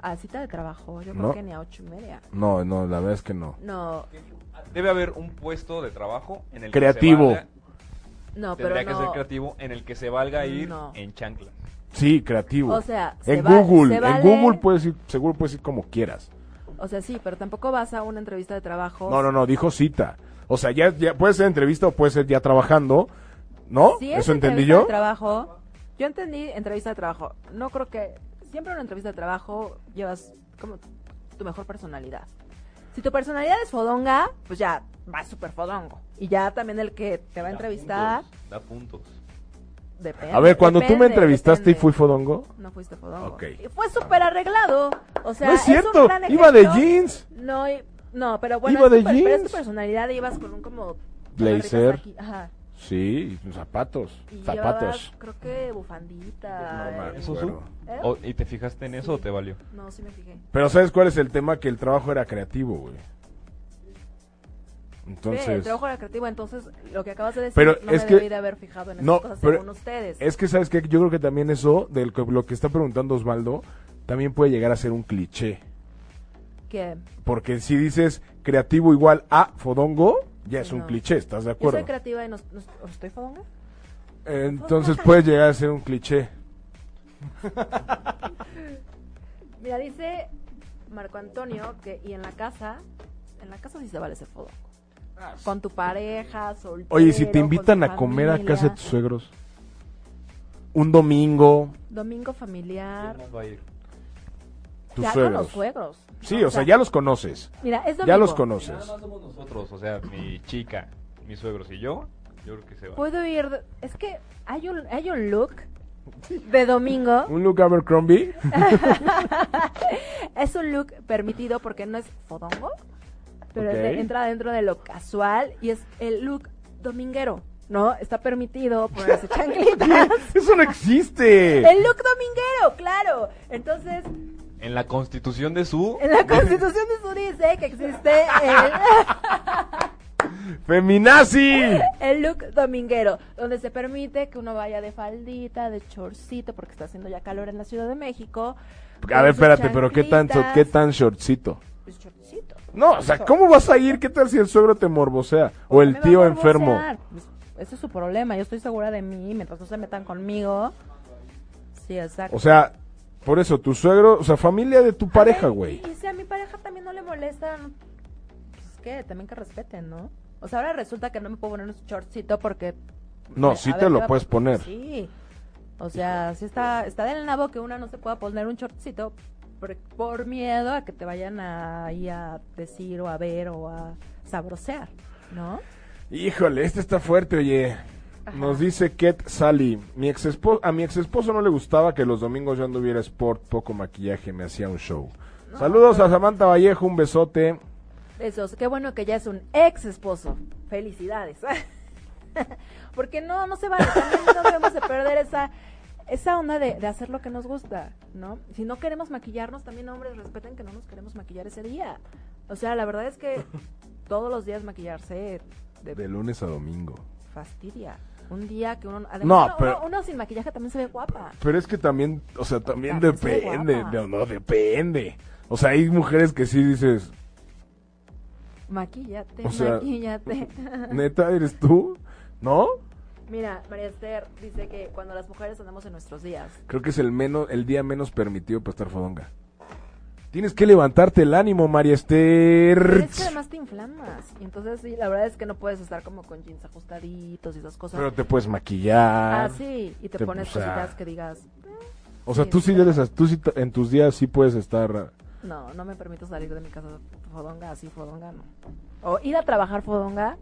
S3: A cita de trabajo, yo
S2: No.
S3: creo que ni a ocho y media.
S2: No, no, la verdad es que no.
S3: No,
S4: Debe haber un puesto de trabajo en el
S2: Creativo.
S4: que se valga,
S3: no, pero
S4: tendría que
S3: no.
S4: ser creativo en el que se valga ir
S3: No.
S4: en chancla.
S2: Sí, creativo.
S3: O sea, se
S2: en
S3: va-
S2: Google,
S3: se
S2: en
S3: vale-
S2: Google puedes ir, seguro puedes ir como quieras.
S3: O sea, sí, pero tampoco vas a una entrevista de trabajo.
S2: No, no, no, dijo cita. O sea, ya, ya puede ser entrevista o puede ser ya trabajando, ¿no?
S3: Si es
S2: Eso entendí
S3: entrevista
S2: yo.
S3: De trabajo, yo entendí entrevista de trabajo. No creo que siempre en una entrevista de trabajo llevas como tu mejor personalidad. Si tu personalidad es fodonga, pues ya vas súper fodongo. Y ya también el que te va a
S4: Da
S3: entrevistar
S4: puntos, Da puntos.
S3: depende.
S2: A ver, cuando tú me
S3: depende,
S2: entrevistaste y
S3: depende.
S2: fui fodongo,
S3: No fuiste fodongo.
S2: Ok.
S3: Y fue súper arreglado. O sea,
S2: No es cierto,
S3: un gran
S2: iba de
S3: ejemplo.
S2: jeans.
S3: No, y- no, pero bueno,
S2: Iba
S3: es tu
S2: de
S3: per- pero es tu
S2: jeans.
S3: personalidad ibas con un como
S2: Blazer.
S3: Ajá.
S2: Sí, y zapatos.
S3: Y
S2: zapatos.
S3: llevaba, creo que bufandita.
S2: No, man,
S3: eh,
S4: ¿Eso
S2: bueno. Oh.
S4: su?
S3: ¿Eh?
S4: O- ¿Y te fijaste en eso o te valió?
S3: No, sí me fijé.
S2: Pero ¿sabes cuál es el tema? Que el trabajo era creativo, güey.
S3: Entonces,
S2: Entonces...
S3: el trabajo era creativo, entonces lo que acabas de decir
S2: Pero
S3: no
S2: es
S3: me
S2: que-
S3: debí de haber fijado en esas
S2: no,
S3: cosas
S2: pero-
S3: según ustedes.
S2: Es que sabes que yo creo que también eso, de lo que está preguntando Osvaldo, también puede llegar a ser un cliché.
S3: que
S2: Porque si dices creativo igual a fodongo, ya es un
S3: No.
S2: cliché, ¿estás de
S3: yo
S2: acuerdo?
S3: soy creativa y no, no- ¿os estoy fodonga.
S2: Entonces puede llegar a ser un cliché.
S3: Mira, dice Marco Antonio que y en la casa, en la casa sí se vale ser fodongo. Con tu pareja, soltero.
S2: Oye, ¿y si
S3: con
S2: te
S3: tu
S2: invitan a comer a
S3: familia,
S2: casa de tus suegros, un domingo,
S3: domingo familiar,
S4: ¿Quién más va a ir?
S2: tus
S3: ya con los
S2: suegros.
S3: suegros.
S2: Sí, o sea, ya los conoces.
S3: Mira, es domingo.
S2: Ya los
S4: Si Nada
S2: conoces.
S4: más somos nosotros, o sea, mi chica, mis suegros y yo. Yo creo que se va.
S3: Puedo ir, de- es que hay un hay un look de domingo
S2: Un Luke Abercrombie.
S3: Es un look permitido porque no es fodongo, pero es de-
S2: Ok.
S3: entra dentro de lo casual y es el look dominguero, ¿no? Está permitido ponerse chanclitas.
S2: Eso no existe.
S3: el look dominguero, claro. Entonces,
S4: En la constitución de su.
S3: en la constitución de su dice que existe el,
S2: ¡Feminazi!
S3: el look dominguero, donde se permite que uno vaya de faldita, de chorcito, porque está haciendo ya calor en la Ciudad de México.
S2: A ver, espérate, pero ¿qué tan,
S3: tanto?
S2: qué tan shortcito?
S3: Pues chorcito.
S2: No, o sea, ¿cómo vas a ir? ¿Qué tal si el suegro te morbosea? O
S3: me
S2: el
S3: va a
S2: tío
S3: morbosear.
S2: enfermo.
S3: Pues, ese es su problema, yo estoy segura de mí, mientras no se metan conmigo. Sí, exacto.
S2: O sea, por eso, tu suegro, o sea, familia de tu
S3: A
S2: pareja,
S3: ver,
S2: güey.
S3: Y si a mi pareja también no le molestan, pues que también que respeten, ¿no? O sea, ahora resulta que no me puedo poner un shortcito porque...
S2: No,
S3: me-
S2: sí
S3: a
S2: te
S3: ver,
S2: lo
S3: me va-
S2: puedes poner.
S3: Sí. O sea, sí está, está del nabo que una no se pueda poner un shortcito por, por miedo a que te vayan a, ahí a decir o a ver o a sabrosear, ¿no?
S2: Híjole, este está fuerte, oye. Nos dice Ket Sally, mi ex a mi ex esposo no le gustaba que los domingos yo anduviera sport, poco maquillaje, me hacía un show. Saludos a Samantha Vallejo, un besote.
S3: Besos. Qué bueno que ya es un ex esposo. Felicidades. Porque no, no se vale. También no debemos de perder esa, esa onda de, de hacer lo que nos gusta, ¿no? Si no queremos maquillarnos, también hombres respeten que no nos queremos maquillar ese día. O sea, la verdad es que todos los días maquillarse de-
S2: De lunes a domingo.
S3: fastidia. Un día que uno, además,
S2: No,
S3: uno,
S2: pero-
S3: uno- uno sin maquillaje también se ve guapa.
S2: Pero es que también, o sea, también
S3: También se ve
S2: depende.
S3: guapa.
S2: No, no, depende. O sea, hay mujeres que sí dices,
S3: Maquillate,
S2: O sea-
S3: maquillate.
S2: neta, eres tú, ¿no?
S3: Mira, María Esther dice que cuando las mujeres andamos en nuestros días,
S2: Creo que es el menos, el día menos permitido para estar fodonga. Tienes que levantarte el ánimo, María
S3: Pero
S2: Esther.
S3: es que además te inflamas. Y entonces, sí, la verdad es que no puedes estar como con jeans ajustaditos y esas cosas.
S2: Pero te puedes maquillar.
S3: ah, sí. Y te,
S2: te-
S3: pones
S2: o sea-
S3: cositas que digas,
S2: O sea,
S3: Sí,
S2: tú sí
S3: sí.
S2: eres, tú sí t- en tus días sí puedes estar.
S3: no, no me permito salir de mi casa fodonga, así fodonga, no. O ir a trabajar fodonga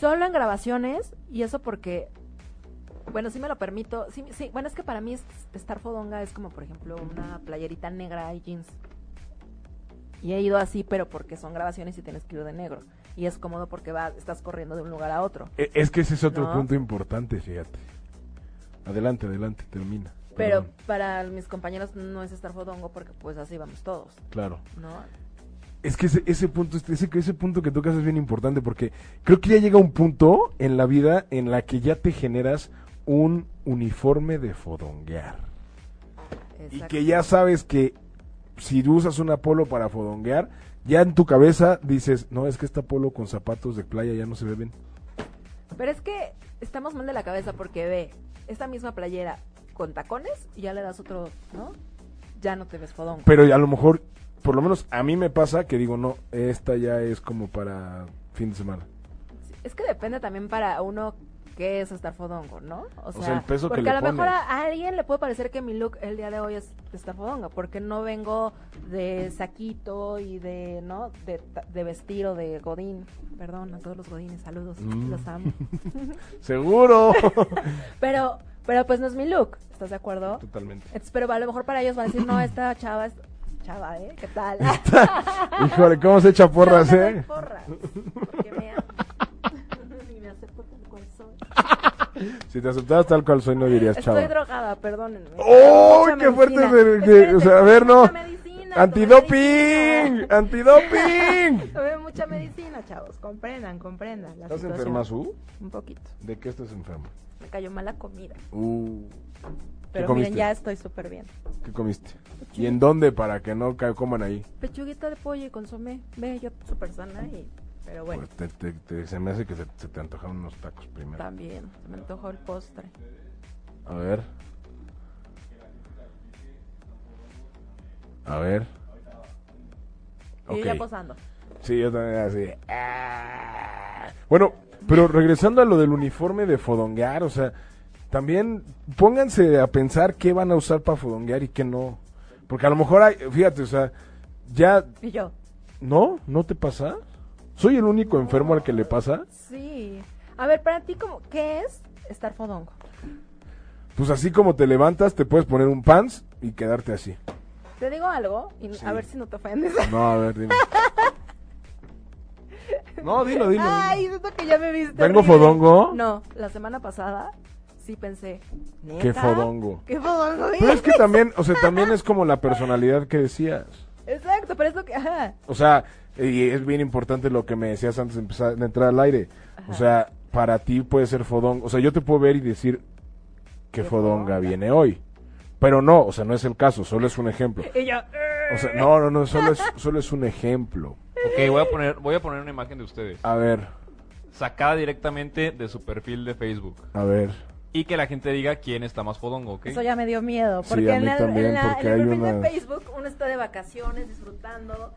S3: solo en grabaciones. Y eso porque, bueno, sí me lo permito. Sí, sí, bueno, es que para mí es- estar fodonga es como, por ejemplo, una playerita negra y jeans. Y he ido así, pero porque son grabaciones y tienes que ir de negro. Y es cómodo porque vas, estás corriendo de un lugar a otro.
S2: E- Es que ese es otro
S3: No.
S2: punto importante, fíjate. Adelante, adelante, termina.
S3: Pero
S2: Perdón,
S3: para mis compañeros no es estar fodongo porque pues así vamos todos,
S2: claro.
S3: ¿no?
S2: Es que ese, ese punto, este, ese, ese punto que tocas es bien importante porque creo que ya llega un punto en la vida en la que ya te generas un uniforme de fodonguear. Y
S3: Exacto.
S2: que ya sabes que si usas un Apolo para fodonguear, ya en tu cabeza dices, no, es que este Apolo con zapatos de playa ya no se ve bien.
S3: Pero es que estamos mal de la cabeza porque ve esta misma playera con tacones y ya le das otro, ¿no? Ya no te ves fodongo.
S2: Pero a lo mejor, por lo menos a mí me pasa que digo, no, esta ya es como para fin de semana.
S3: Sí, Es que depende también para uno qué es estar fodongo, ¿no?
S2: O sea, el peso que
S3: porque
S2: le
S3: a lo mejor
S2: pones.
S3: a a alguien le puede parecer que mi look el día de hoy es estar fodongo, porque no vengo de saquito y de, ¿no? De, ta- de vestir o de godín. Perdón a todos los godines, saludos,
S2: Mm.
S3: los amo.
S2: Seguro.
S3: Pero, pero pues no es mi look, ¿estás de acuerdo?
S2: Totalmente.
S3: Entonces, pero a lo mejor para ellos van a decir, no, esta chava es chava, ¿eh? ¿Qué tal?
S2: Híjole, ¿cómo se echa porras,
S3: Yo no soy
S2: eh?
S3: Porras, porque me ama. Y me acepto tal cual soy.
S2: Si te aceptabas tal cual soy, no dirías chava.
S3: Estoy drogada, perdónenme.
S2: ¡Oh,
S3: Mucha
S2: qué fuerte!
S3: medicina.
S2: de- de-
S3: Espérense,
S2: o sea, a ver, no.
S3: mucha medicina,
S2: ¡Antidoping! ¡Antidoping!
S3: Tomé mucha medicina, chavos. Comprendan, comprendan. La
S2: ¿Estás
S3: situación.
S2: enferma, Su?
S3: Un poquito.
S2: ¿De qué estás enferma?
S3: Me cayó mala comida.
S2: Uh,
S3: Pero
S2: comiste?
S3: miren, ya estoy súper bien.
S2: ¿Qué comiste? ¿Y en dónde para que no ca- coman ahí?
S3: Pechuguita de pollo y consomé. Ve, yo súper sana y... Pero bueno,
S2: Pues te- te- te- se me hace que se, se te antojaron unos tacos primero.
S3: también. se Me antojó el postre.
S2: A ver. A ver.
S3: Y
S2: Ok.
S3: yo ya posando.
S2: Sí, yo también así. Ah. Bueno, pero regresando a lo del uniforme de fodonguear, o sea, también pónganse a pensar qué van a usar para fodonguear y qué no. Porque a lo mejor hay, fíjate, o sea, ya,
S3: Y yo...
S2: ¿no? ¿No te pasa? ¿Soy el único enfermo al que le pasa?
S3: Sí. A ver, para ti, como, ¿qué es estar fodongo?
S2: Pues así como te levantas, te puedes poner un pants y quedarte así.
S3: Te digo algo y
S2: Sí.
S3: a ver si no te ofendes.
S2: No, a ver, dime. No, dilo, dilo.
S3: Ay, siento que ya me viste.
S2: ¿Tengo
S3: horrible.
S2: fodongo?
S3: No, la semana pasada sí pensé. ¿neta?
S2: Qué fodongo.
S3: ¿Qué fodongo?
S2: Pero es que también, o sea, también es como la personalidad que decías.
S3: Exacto, pero es lo que. Ajá.
S2: O sea, y es bien importante lo que me decías antes de, empezar, de entrar al aire. O sea, para ti puede ser fodón. O sea, yo te puedo ver y decir que
S3: Qué
S2: fodonga
S3: fodonga.
S2: viene hoy. Pero no, o sea, no es el caso, solo es un ejemplo.
S3: Y yo.
S2: O sea, no, no, no, solo es, solo es un ejemplo.
S4: Ok, voy a, poner, voy a poner una imagen de ustedes.
S2: A ver,
S4: Sacada directamente de su perfil de Facebook.
S2: a ver.
S4: Y que la gente diga quién está más fodongo, ¿ok?
S3: Eso ya me dio miedo.
S2: Sí,
S3: Porque
S2: a
S3: en,
S2: mí
S3: el,
S2: también,
S3: en, la-
S2: porque
S3: en el
S2: hay
S3: perfil
S2: unas-
S3: de Facebook uno está de vacaciones disfrutando.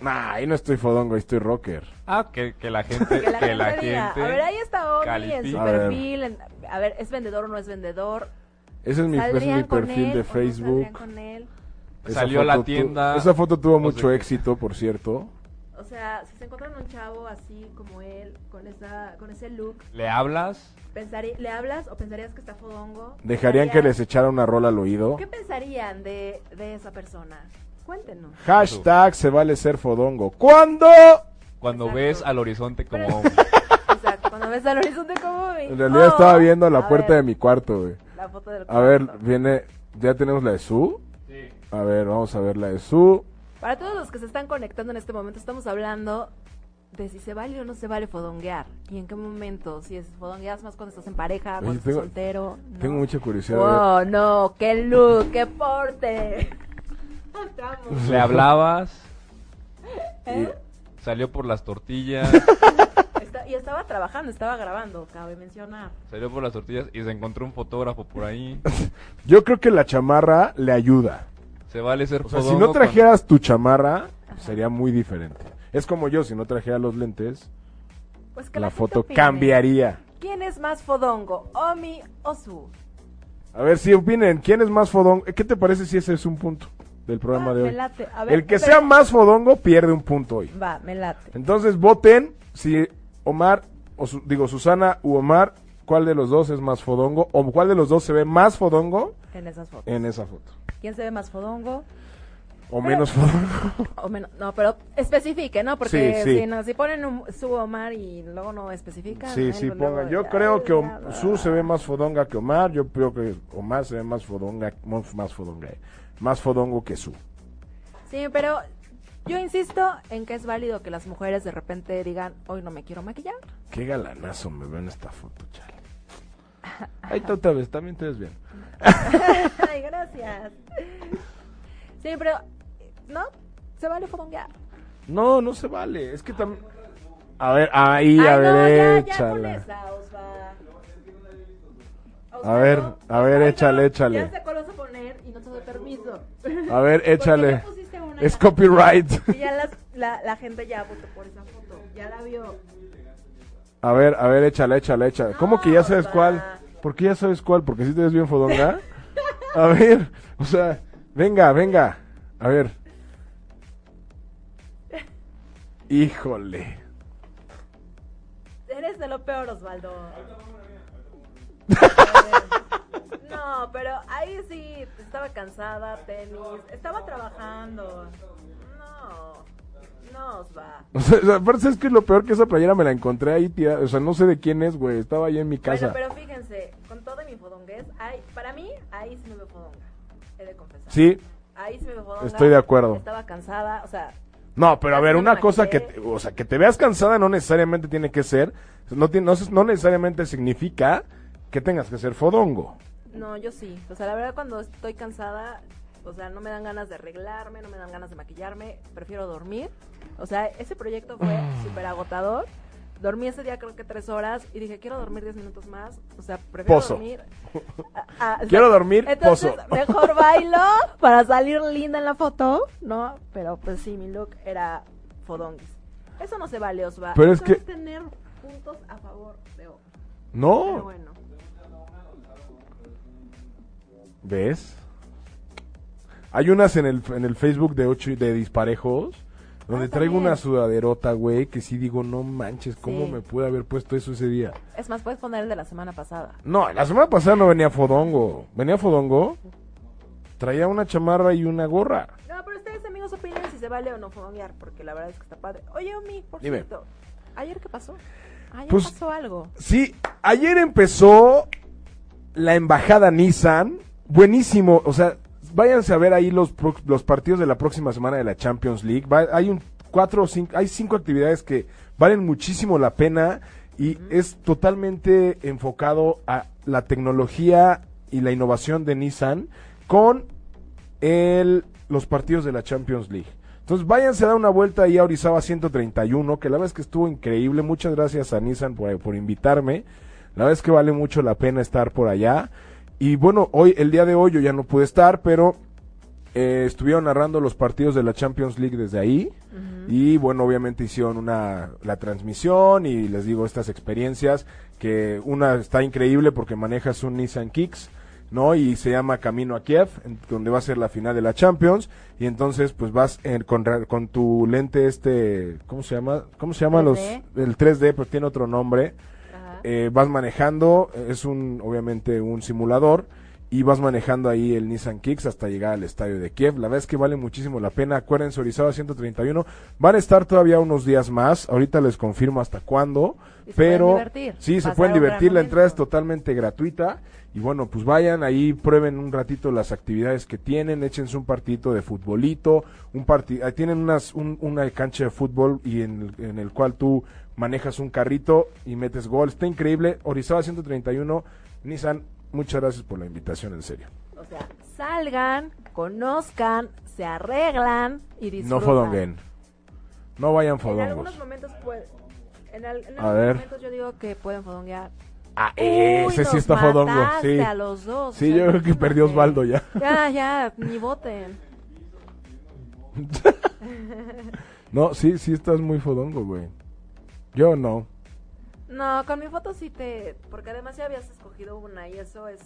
S2: Nah, ahí no estoy fodongo, ahí estoy rocker.
S4: Ah, que, que la gente...
S3: Que la gente diga,
S4: gente
S3: A ver, ahí está Omi en su Ah,
S4: califica.
S2: A ver.
S3: perfil. en- a ver, ¿es vendedor o no es vendedor?
S2: Ese es mi, ese es mi
S3: ¿Saldrían con
S2: perfil
S3: él
S2: de
S3: o no saldrían
S2: Facebook.
S3: con él?
S2: Esa
S4: Salió la
S2: foto tu-
S4: tienda,
S2: esa foto tuvo
S4: no sé
S2: mucho
S4: qué.
S2: éxito, por cierto.
S3: O sea, si se encuentran un chavo así como él, con esa, con ese look,
S4: ¿Le hablas?
S3: pensarí- ¿le hablas o pensarías que está fodongo?
S2: ¿Dejarían que
S3: ¿Pensarían-
S2: les echara una rola al oído?
S3: ¿Qué pensarían de, de esa persona? Cuéntenos.
S2: Hashtag se vale ser fodongo. ¿Cuándo?
S4: Cuando
S3: Exacto.
S4: ves al horizonte como
S3: Pero-
S4: hombre.
S3: Exacto, cuando ves al horizonte como vi.
S2: En realidad
S3: Oh,
S2: estaba viendo la
S3: a
S2: puerta
S3: ver,
S2: de mi cuarto, güey.
S3: La foto del
S2: A ver,
S3: cuarto.
S2: viene. ¿Ya tenemos la de Su? A ver, vamos a ver la de Su.
S3: Para todos los que se están conectando en este momento, estamos hablando de si se vale o no se vale fodonguear. ¿Y en qué momento? Si es fodongueas más cuando estás en pareja,
S2: Oye,
S3: cuando estás
S2: tengo-
S3: soltero. ¿no?
S2: Tengo mucha curiosidad. de
S3: Wow, no, qué look, qué porte. Estamos.
S4: ¿Le hablabas?
S2: ver. Y-
S4: Salió por las tortillas,
S3: Está- y estaba trabajando, estaba grabando, cabe mencionar.
S4: salió por las tortillas y se encontró un fotógrafo por ahí.
S2: Yo creo que la chamarra le ayuda.
S4: Se vale ser
S2: O sea, si
S4: fodongo
S2: no trajeras tu chamarra, sería muy diferente. Es como yo, si no trajera los lentes,
S3: Pues que
S2: la
S3: gente
S2: foto
S3: opine.
S2: cambiaría.
S3: ¿Quién es más fodongo, Omi o Su?
S2: A ver si opinen, ¿quién es más fodongo? Eh, ¿Qué te parece si ese es un punto del programa
S3: Ah,
S2: de
S3: me
S2: hoy?
S3: late. A ver,
S2: El que
S3: pero-
S2: sea más fodongo pierde un punto hoy.
S3: Va, me late.
S2: Entonces voten si Omar, o su- digo Susana u Omar, cuál de los dos es más fodongo o cuál de los dos se ve más fodongo
S3: En esas fotos.
S2: en esa foto.
S3: ¿Quién se ve más fodongo? Eh,
S2: O menos fodongo.
S3: O menos, no, pero especifique, ¿no? Porque
S2: Sí, sí.
S3: Si, no, si ponen un, su Omar y luego no especifican.
S2: Sí,
S3: ¿eh?
S2: sí,
S3: Luego
S2: pongan. Yo
S3: ya-
S2: creo que Om-
S3: ya-
S2: Su se ve más fodonga que Omar. Yo creo que Omar se ve más fodonga, más más fodonga, eh, más fodongo que Su.
S3: Sí, pero yo insisto en que es válido que las mujeres de repente digan, hoy no me quiero maquillar.
S2: Qué galanazo me veo en esta foto, chale. Ahí está otra vez, también te ves bien.
S3: Ay, gracias. Sí, pero, ¿no? Se vale fodonguear.
S2: No, no se vale. Es que también. A ver, ahí, a
S3: Ay, Ah, no,
S2: ver,
S3: ya, ya con
S2: échala.
S3: esa, Osva.
S2: A ver, a ver,
S3: Ay, no,
S2: échale, échale.
S3: Ya sé cuál vas a poner y no te doy permiso.
S2: A ver, échale.
S3: ya pusiste una
S2: Es
S3: ya?
S2: copyright.
S3: Y ya las- la, la gente ya votó por esa foto. Ya la vio.
S2: A ver, a ver, échale, échale, échale. ¿Cómo que ya sabes
S3: Ah, va.
S2: cuál? ¿Por qué ya sabes cuál? Porque si te ves bien fodonga. A ver, o sea, venga, venga. A ver. Híjole.
S3: Eres de lo peor, Osvaldo. No, pero ahí sí estaba cansada, tenis, estaba trabajando. No, no os va.
S2: O sea, o sea, aparte es que lo peor que esa playera me la encontré ahí, tía. O sea, no sé de quién es, güey. Estaba ahí en mi casa.
S3: Bueno, pero fíjense, fodonguez. Ay, para mí, ahí sí me veo fodonga. He de confesar.
S2: Sí,
S3: Ahí sí me veo fodonga.
S2: Estoy de acuerdo.
S3: Estaba cansada, o sea,
S2: No, pero a ver,
S3: Yo me
S2: una cosa que,
S3: maquillé.
S2: te- o sea, que te veas cansada no necesariamente tiene que ser, no, tiene- no, se- no necesariamente significa que tengas que ser fodongo.
S3: no, yo sí. O sea, la verdad, cuando estoy cansada, o sea, no me dan ganas de arreglarme, no me dan ganas de maquillarme, prefiero dormir. O sea, ese proyecto fue
S2: Mm.
S3: súper agotador. Dormí ese día creo que tres horas y dije, quiero dormir diez minutos más. O sea, prefiero
S2: Pozo.
S3: dormir. Ah, ah, o sea,
S2: Quiero dormir,
S3: Entonces,
S2: pozo.
S3: mejor bailo para salir linda en la foto, ¿no? Pero pues sí, mi look era fodonguis. Eso no se vale, Osva.
S2: Pero
S3: Eso
S2: es que-
S3: es tener puntos a favor de otro. Pero
S2: No,
S3: bueno.
S2: ¿ves? Hay unas en el, en el Facebook de ocho y- de disparejos donde
S3: Ah,
S2: traigo
S3: también.
S2: una sudaderota, güey, que sí digo, no manches, ¿cómo
S3: Sí.
S2: me pude haber puesto eso ese día?
S3: Es más, puedes poner el de la semana pasada.
S2: No, la semana pasada no venía fodongo. Venía fodongo, traía una chamarra y una gorra.
S3: No, pero ustedes, amigos, opinen si se vale o no fodonguear, porque la verdad es que está padre. Oye, Omi, por
S2: Dime.
S3: cierto, ¿ayer qué pasó? Ayer
S2: Pues-
S3: pasó algo.
S2: Sí, ayer empezó la embajada Nissan. Buenísimo, o sea, váyanse a ver ahí los, pro- los partidos de la próxima semana de la Champions League. Va- hay un cuatro o cinco, hay cinco actividades que valen muchísimo la pena y es totalmente enfocado a la tecnología y la innovación de Nissan con el, los partidos de la Champions League. Entonces váyanse a dar una vuelta ahí a Orizaba 131, que la verdad es que estuvo increíble. Muchas gracias a Nissan por, por invitarme. La verdad es que vale mucho la pena estar por allá. Y bueno, hoy, el día de hoy yo ya no pude estar, pero eh, estuvieron narrando los partidos de la Champions League desde ahí. Y bueno, obviamente hicieron una, la transmisión y les digo estas experiencias, que una está increíble porque manejas un Nissan Kicks, ¿no? Y se llama Camino a Kiev, en- donde va a ser la final de la Champions. Y entonces pues vas en- con, ra- con tu lente este, ¿cómo se llama? ¿Cómo se llama? Los,
S3: 3D?
S2: el 3D, pero tiene otro nombre.
S3: Ajá.
S2: Eh, vas manejando, eh, es un, obviamente un simulador, y vas manejando ahí el Nissan Kicks hasta llegar al estadio de Kiev. La verdad es que vale muchísimo la pena. Acuérdense, Orizaba 131. Van a estar todavía unos días más. Ahorita les confirmo hasta cuándo.
S3: Y se
S2: pero
S3: pueden divertir,
S2: sí, se
S3: pasar
S2: pueden
S3: un gran
S2: divertir. La entrada es
S3: momento.
S2: totalmente gratuita. Y bueno, pues vayan ahí, prueben un ratito las actividades que tienen, échense un partidito de futbolito, un parti- ah, tienen unas, un- una cancha de fútbol y en, en el cual tú manejas un carrito y metes gol. Está increíble. Orizaba 131, Nissan, muchas gracias por la invitación, en serio.
S3: O sea, salgan, conozcan, se arreglan y disfrutan.
S2: No fodonguen. No vayan
S3: En
S2: fodongos.
S3: algunos momentos puede- En, al- en
S2: A
S3: algunos
S2: ver.
S3: momentos yo digo que pueden fodonguear.
S2: Ah,
S4: E.
S3: Uy,
S2: ese sí
S3: nos
S2: está fodongo.
S3: mataste
S2: Sí.
S3: a los dos.
S2: Sí,
S3: o sea,
S2: yo creo que
S3: no
S2: perdió
S3: sé.
S2: Osvaldo ya.
S3: Ya, ya, ni voten.
S2: No, sí, sí estás muy fodongo, güey. Yo no.
S3: No, con mi foto sí te... Porque además ya habías escogido una y eso es,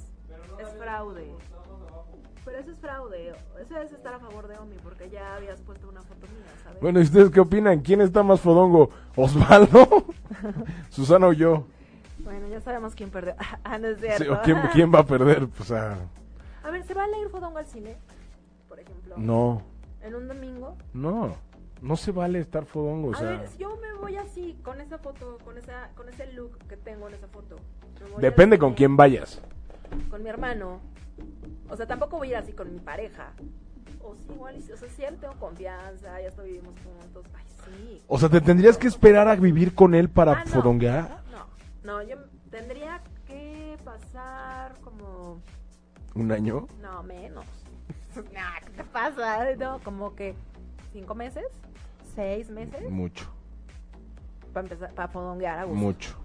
S3: es fraude. Pero eso es fraude. Eso es estar a favor de Omi porque ya habías puesto una foto mía, ¿sabes?
S2: Bueno, ¿y ustedes qué opinan? ¿Quién está más fodongo? ¿Osvaldo? ¿Susana o yo?
S3: Bueno, ya sabemos quién perdió. ah, no es
S2: Sí,
S3: cierto.
S2: ¿o quién, quién va a perder? Pues, ah,
S3: A ver, ¿se va a leer fodongo al cine? Por ejemplo.
S2: no,
S3: En un domingo.
S2: no. No se vale estar fodongo, o
S3: a
S2: sea.
S3: ver, si yo me voy así, con esa foto, con esa con ese look que tengo en esa foto. me voy
S2: Depende
S3: al
S2: con
S3: cine
S2: quién vayas.
S3: Con mi hermano. O sea, tampoco voy a ir así con mi pareja. O sí, igual, y- o sea, sí, él tengo confianza, ya estoy vivimos juntos. Ay, sí.
S2: O sea, ¿te tendrías que esperar a vivir con él para
S3: Ah, no.
S2: fodonguear?
S3: No, no, yo tendría que pasar como...
S2: ¿Un año?
S3: No, menos. Nah, ¿qué te pasa? No, como que cinco meses, seis meses,
S2: Mucho,
S3: para empezar, para fodonguear a gusto.
S2: mucho.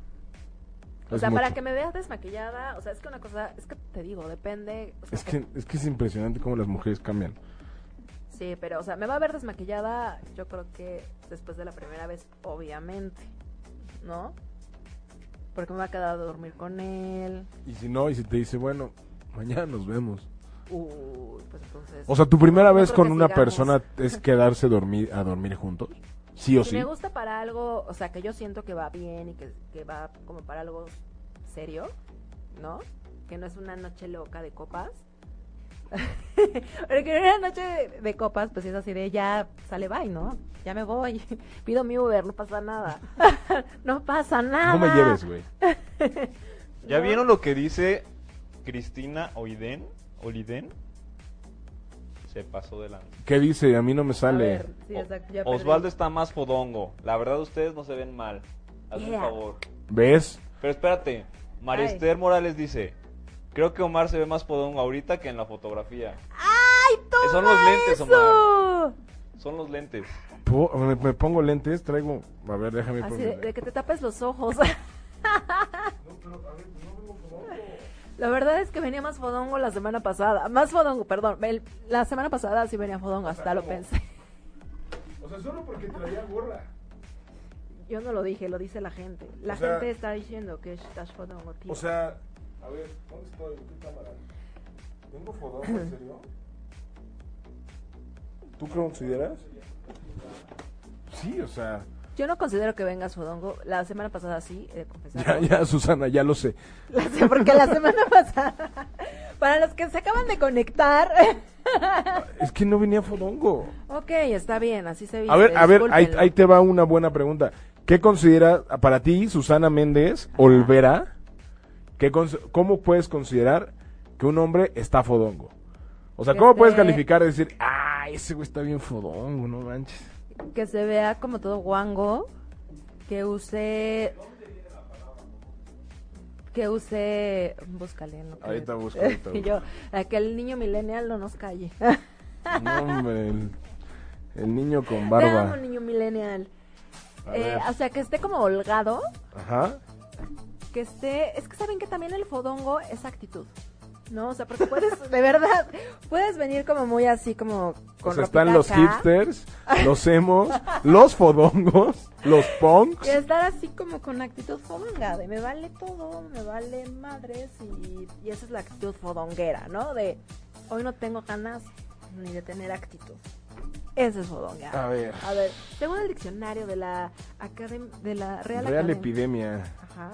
S3: O
S2: Es
S3: sea, para
S2: mucho.
S3: que me veas desmaquillada, o sea, es que una cosa, es que te digo, depende. o sea,
S2: Es que, es que es impresionante cómo las mujeres cambian.
S3: Sí, pero, o sea, me va a ver desmaquillada, yo creo que después de la primera vez, obviamente, ¿no? Porque me va a quedar a dormir con él.
S2: Y si no, y si te dice, bueno, mañana nos vemos.
S3: Uy, pues entonces.
S2: O sea, tu primera
S3: No
S2: vez
S3: creo
S2: con
S3: que
S2: una
S3: sigamos.
S2: persona es quedarse dormir, a dormir juntos. Sí o
S3: si
S2: sí.
S3: me gusta para algo, o sea, que yo siento que va bien y que, que va como para algo serio, ¿no? Que no es una noche loca de copas. Pero que una noche de, de copas, pues es así de ya sale bye, ¿no? Ya me voy, pido mi Uber, no pasa nada. no pasa nada.
S2: No me lleves, güey.
S4: ¿Ya
S3: No.
S4: vieron lo que dice Cristina Oiden, Oliden se pasó de lanza.
S2: ¿Qué dice? A mí no me sale.
S3: ver, sí, exacto, ya
S4: O- Osvaldo
S3: perdí.
S4: está más fodongo. La verdad, ustedes no se ven mal. Hazme
S3: Yeah.
S4: un favor.
S2: ¿Ves?
S4: Pero espérate,
S3: Ay.
S4: Marister Morales dice: Creo que Omar se ve más podongo ahorita que en la fotografía.
S3: ¡Ay, toma
S4: Son los lentes,
S3: eso!
S4: Son los lentes.
S2: Po- Me, me pongo lentes, traigo. A ver, déjame
S3: Así de,
S2: poner-
S3: de que te tapes los ojos. La verdad es que venía más fodongo la semana pasada. Más fodongo, perdón. El- la semana pasada sí venía fodongo, hasta lo pensé.
S2: O sea, solo porque traía gorra.
S3: Yo no lo dije, lo dice la gente. La
S2: O sea-
S3: gente está diciendo que estás fodongo, tío.
S2: O sea, a ver, ¿dónde estoy? ¿Qué cámara? ¿Tengo fodongo, en serio? ¿Tú qué consideras? Sí, o sea.
S3: Yo no considero que vengas fodongo. La semana pasada sí, he de confesar.
S2: Ya, ya, Susana, ya lo sé.
S3: La se- porque la semana pasada, para los que se acaban de conectar.
S2: Es que no venía fodongo.
S3: ok, está bien, así se viste.
S2: A ver, a ver, ahí,
S3: discúlpenlo.
S2: ahí te va una buena pregunta. ¿Qué considera para ti, Susana Méndez Olvera? ¿qué cons- ¿Cómo puedes considerar que un hombre está fodongo? O sea,
S3: Que
S2: ¿cómo puedes
S3: esté-
S2: calificar y decir, ah, ese güey está bien fodongo, no manches?
S3: Que se vea como todo guango. Que use. Que use. Búscale, no creo.
S2: Ahorita busco, ahorita
S3: Y yo, a que el niño millennial no nos calle.
S2: No, hombre, el, el niño con
S3: Te amo,
S2: barba.
S3: niño millennial.
S2: A
S3: Eh,
S2: ver.
S3: o sea, que esté como holgado.
S2: Ajá.
S3: que esté, es que saben que también el fodongo es actitud. No, o sea, porque puedes, de verdad, puedes venir como muy así, como con
S2: O sea,
S3: ropita
S2: están los
S3: acá,
S2: hipsters, los emos, los fodongos, los punks.
S3: Y estar así como con actitud fodonga, de me vale todo, me vale madres, y, y esa es la actitud fodonguera, ¿no? De hoy no tengo ganas ni de tener actitud. Esa es fodonga.
S2: A ver.
S3: A ver, según el diccionario de la, academ- de la Real,
S2: Real
S3: Academia-
S2: epidemia.
S3: Ajá.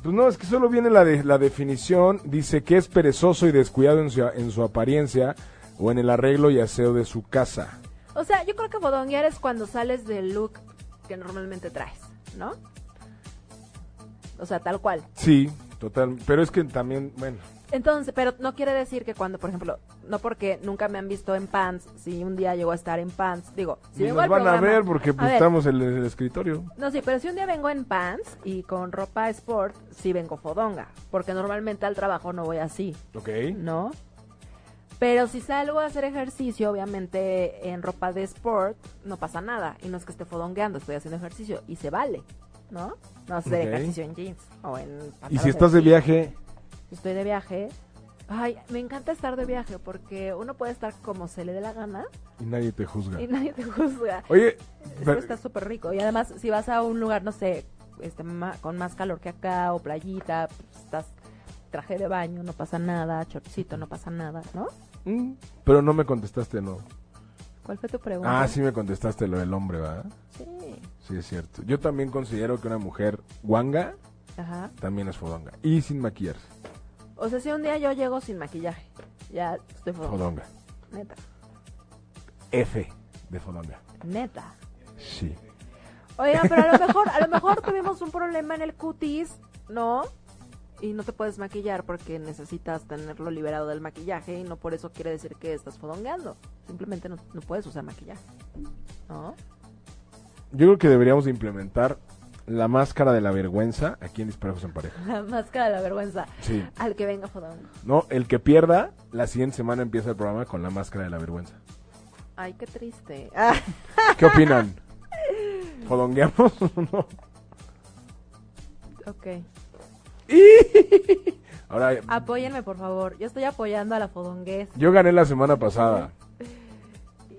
S2: Pues no, es que solo viene la, de- la definición, dice que es perezoso y descuidado en su, en su apariencia o en el arreglo y aseo de su casa.
S3: O sea, yo creo que bodonguear es cuando sales del look que normalmente traes, ¿no? O sea, tal cual.
S2: Sí, total, pero es que también, bueno,
S3: Entonces, pero no quiere decir que cuando, por ejemplo, no porque nunca me han visto en pants, si un día llego a estar en pants, digo, si
S2: ni
S3: vengo
S2: nos
S3: al
S2: van a
S3: programa-
S2: ver porque pues,
S3: A ver,
S2: estamos en el, en el escritorio.
S3: No, sí, pero si un día vengo en pants y con ropa sport, sí vengo fodonga, porque normalmente al trabajo no voy así.
S2: Ok.
S3: ¿no? Pero si salgo a hacer ejercicio, obviamente en ropa de sport, no pasa nada. Y no es que esté fodongueando, estoy haciendo ejercicio. Y se vale, ¿no? No hacer
S2: Ok.
S3: ejercicio en jeans o en
S2: Y
S3: pantalones.
S2: si estás de viaje,
S3: Si estoy de viaje. Ay, me encanta estar de viaje porque uno puede estar como se le dé la gana
S2: y nadie te juzga.
S3: y nadie te juzga.
S2: Oye,
S3: Eso
S2: pero-
S3: está súper rico. Y además, si vas a un lugar, no sé, este, ma- con más calor que acá o playita, pues, estás traje de baño, no pasa nada, chorcito, no pasa nada, ¿no?
S2: mm, pero no me contestaste, no.
S3: ¿Cuál fue tu pregunta?
S2: Ah, sí me contestaste lo del hombre, ¿verdad?
S3: Sí.
S2: Sí, es cierto. Yo también considero que una mujer guanga
S3: Ajá.
S2: también es fodonga. Y sin maquillarse,
S3: O sea, si un día yo llego sin maquillaje, ya estoy fodonga.
S2: fodonga.
S3: Neta.
S2: F de fodonga.
S3: Neta.
S2: Sí.
S3: Oigan, pero a lo mejor, a lo mejor tuvimos un problema en el cutis, ¿no? Y no te puedes maquillar porque necesitas tenerlo liberado del maquillaje y no por eso quiere decir que estás fodongueando. Simplemente no, no puedes usar maquillaje. ¿No?
S2: Yo creo que deberíamos de implementar la máscara de la vergüenza aquí en Disparejos en Pareja.
S3: La máscara de la vergüenza.
S2: Sí.
S3: Al que venga fodongo.
S2: No, el que pierda, la siguiente semana empieza el programa con la máscara de la vergüenza.
S3: Ay, qué triste.
S2: ¿Qué opinan? ¿Fodongueamos o no?
S3: ok.
S2: Ahora,
S3: Apóyenme, por favor. Yo estoy apoyando a la fodonguez.
S2: yo gané la semana pasada.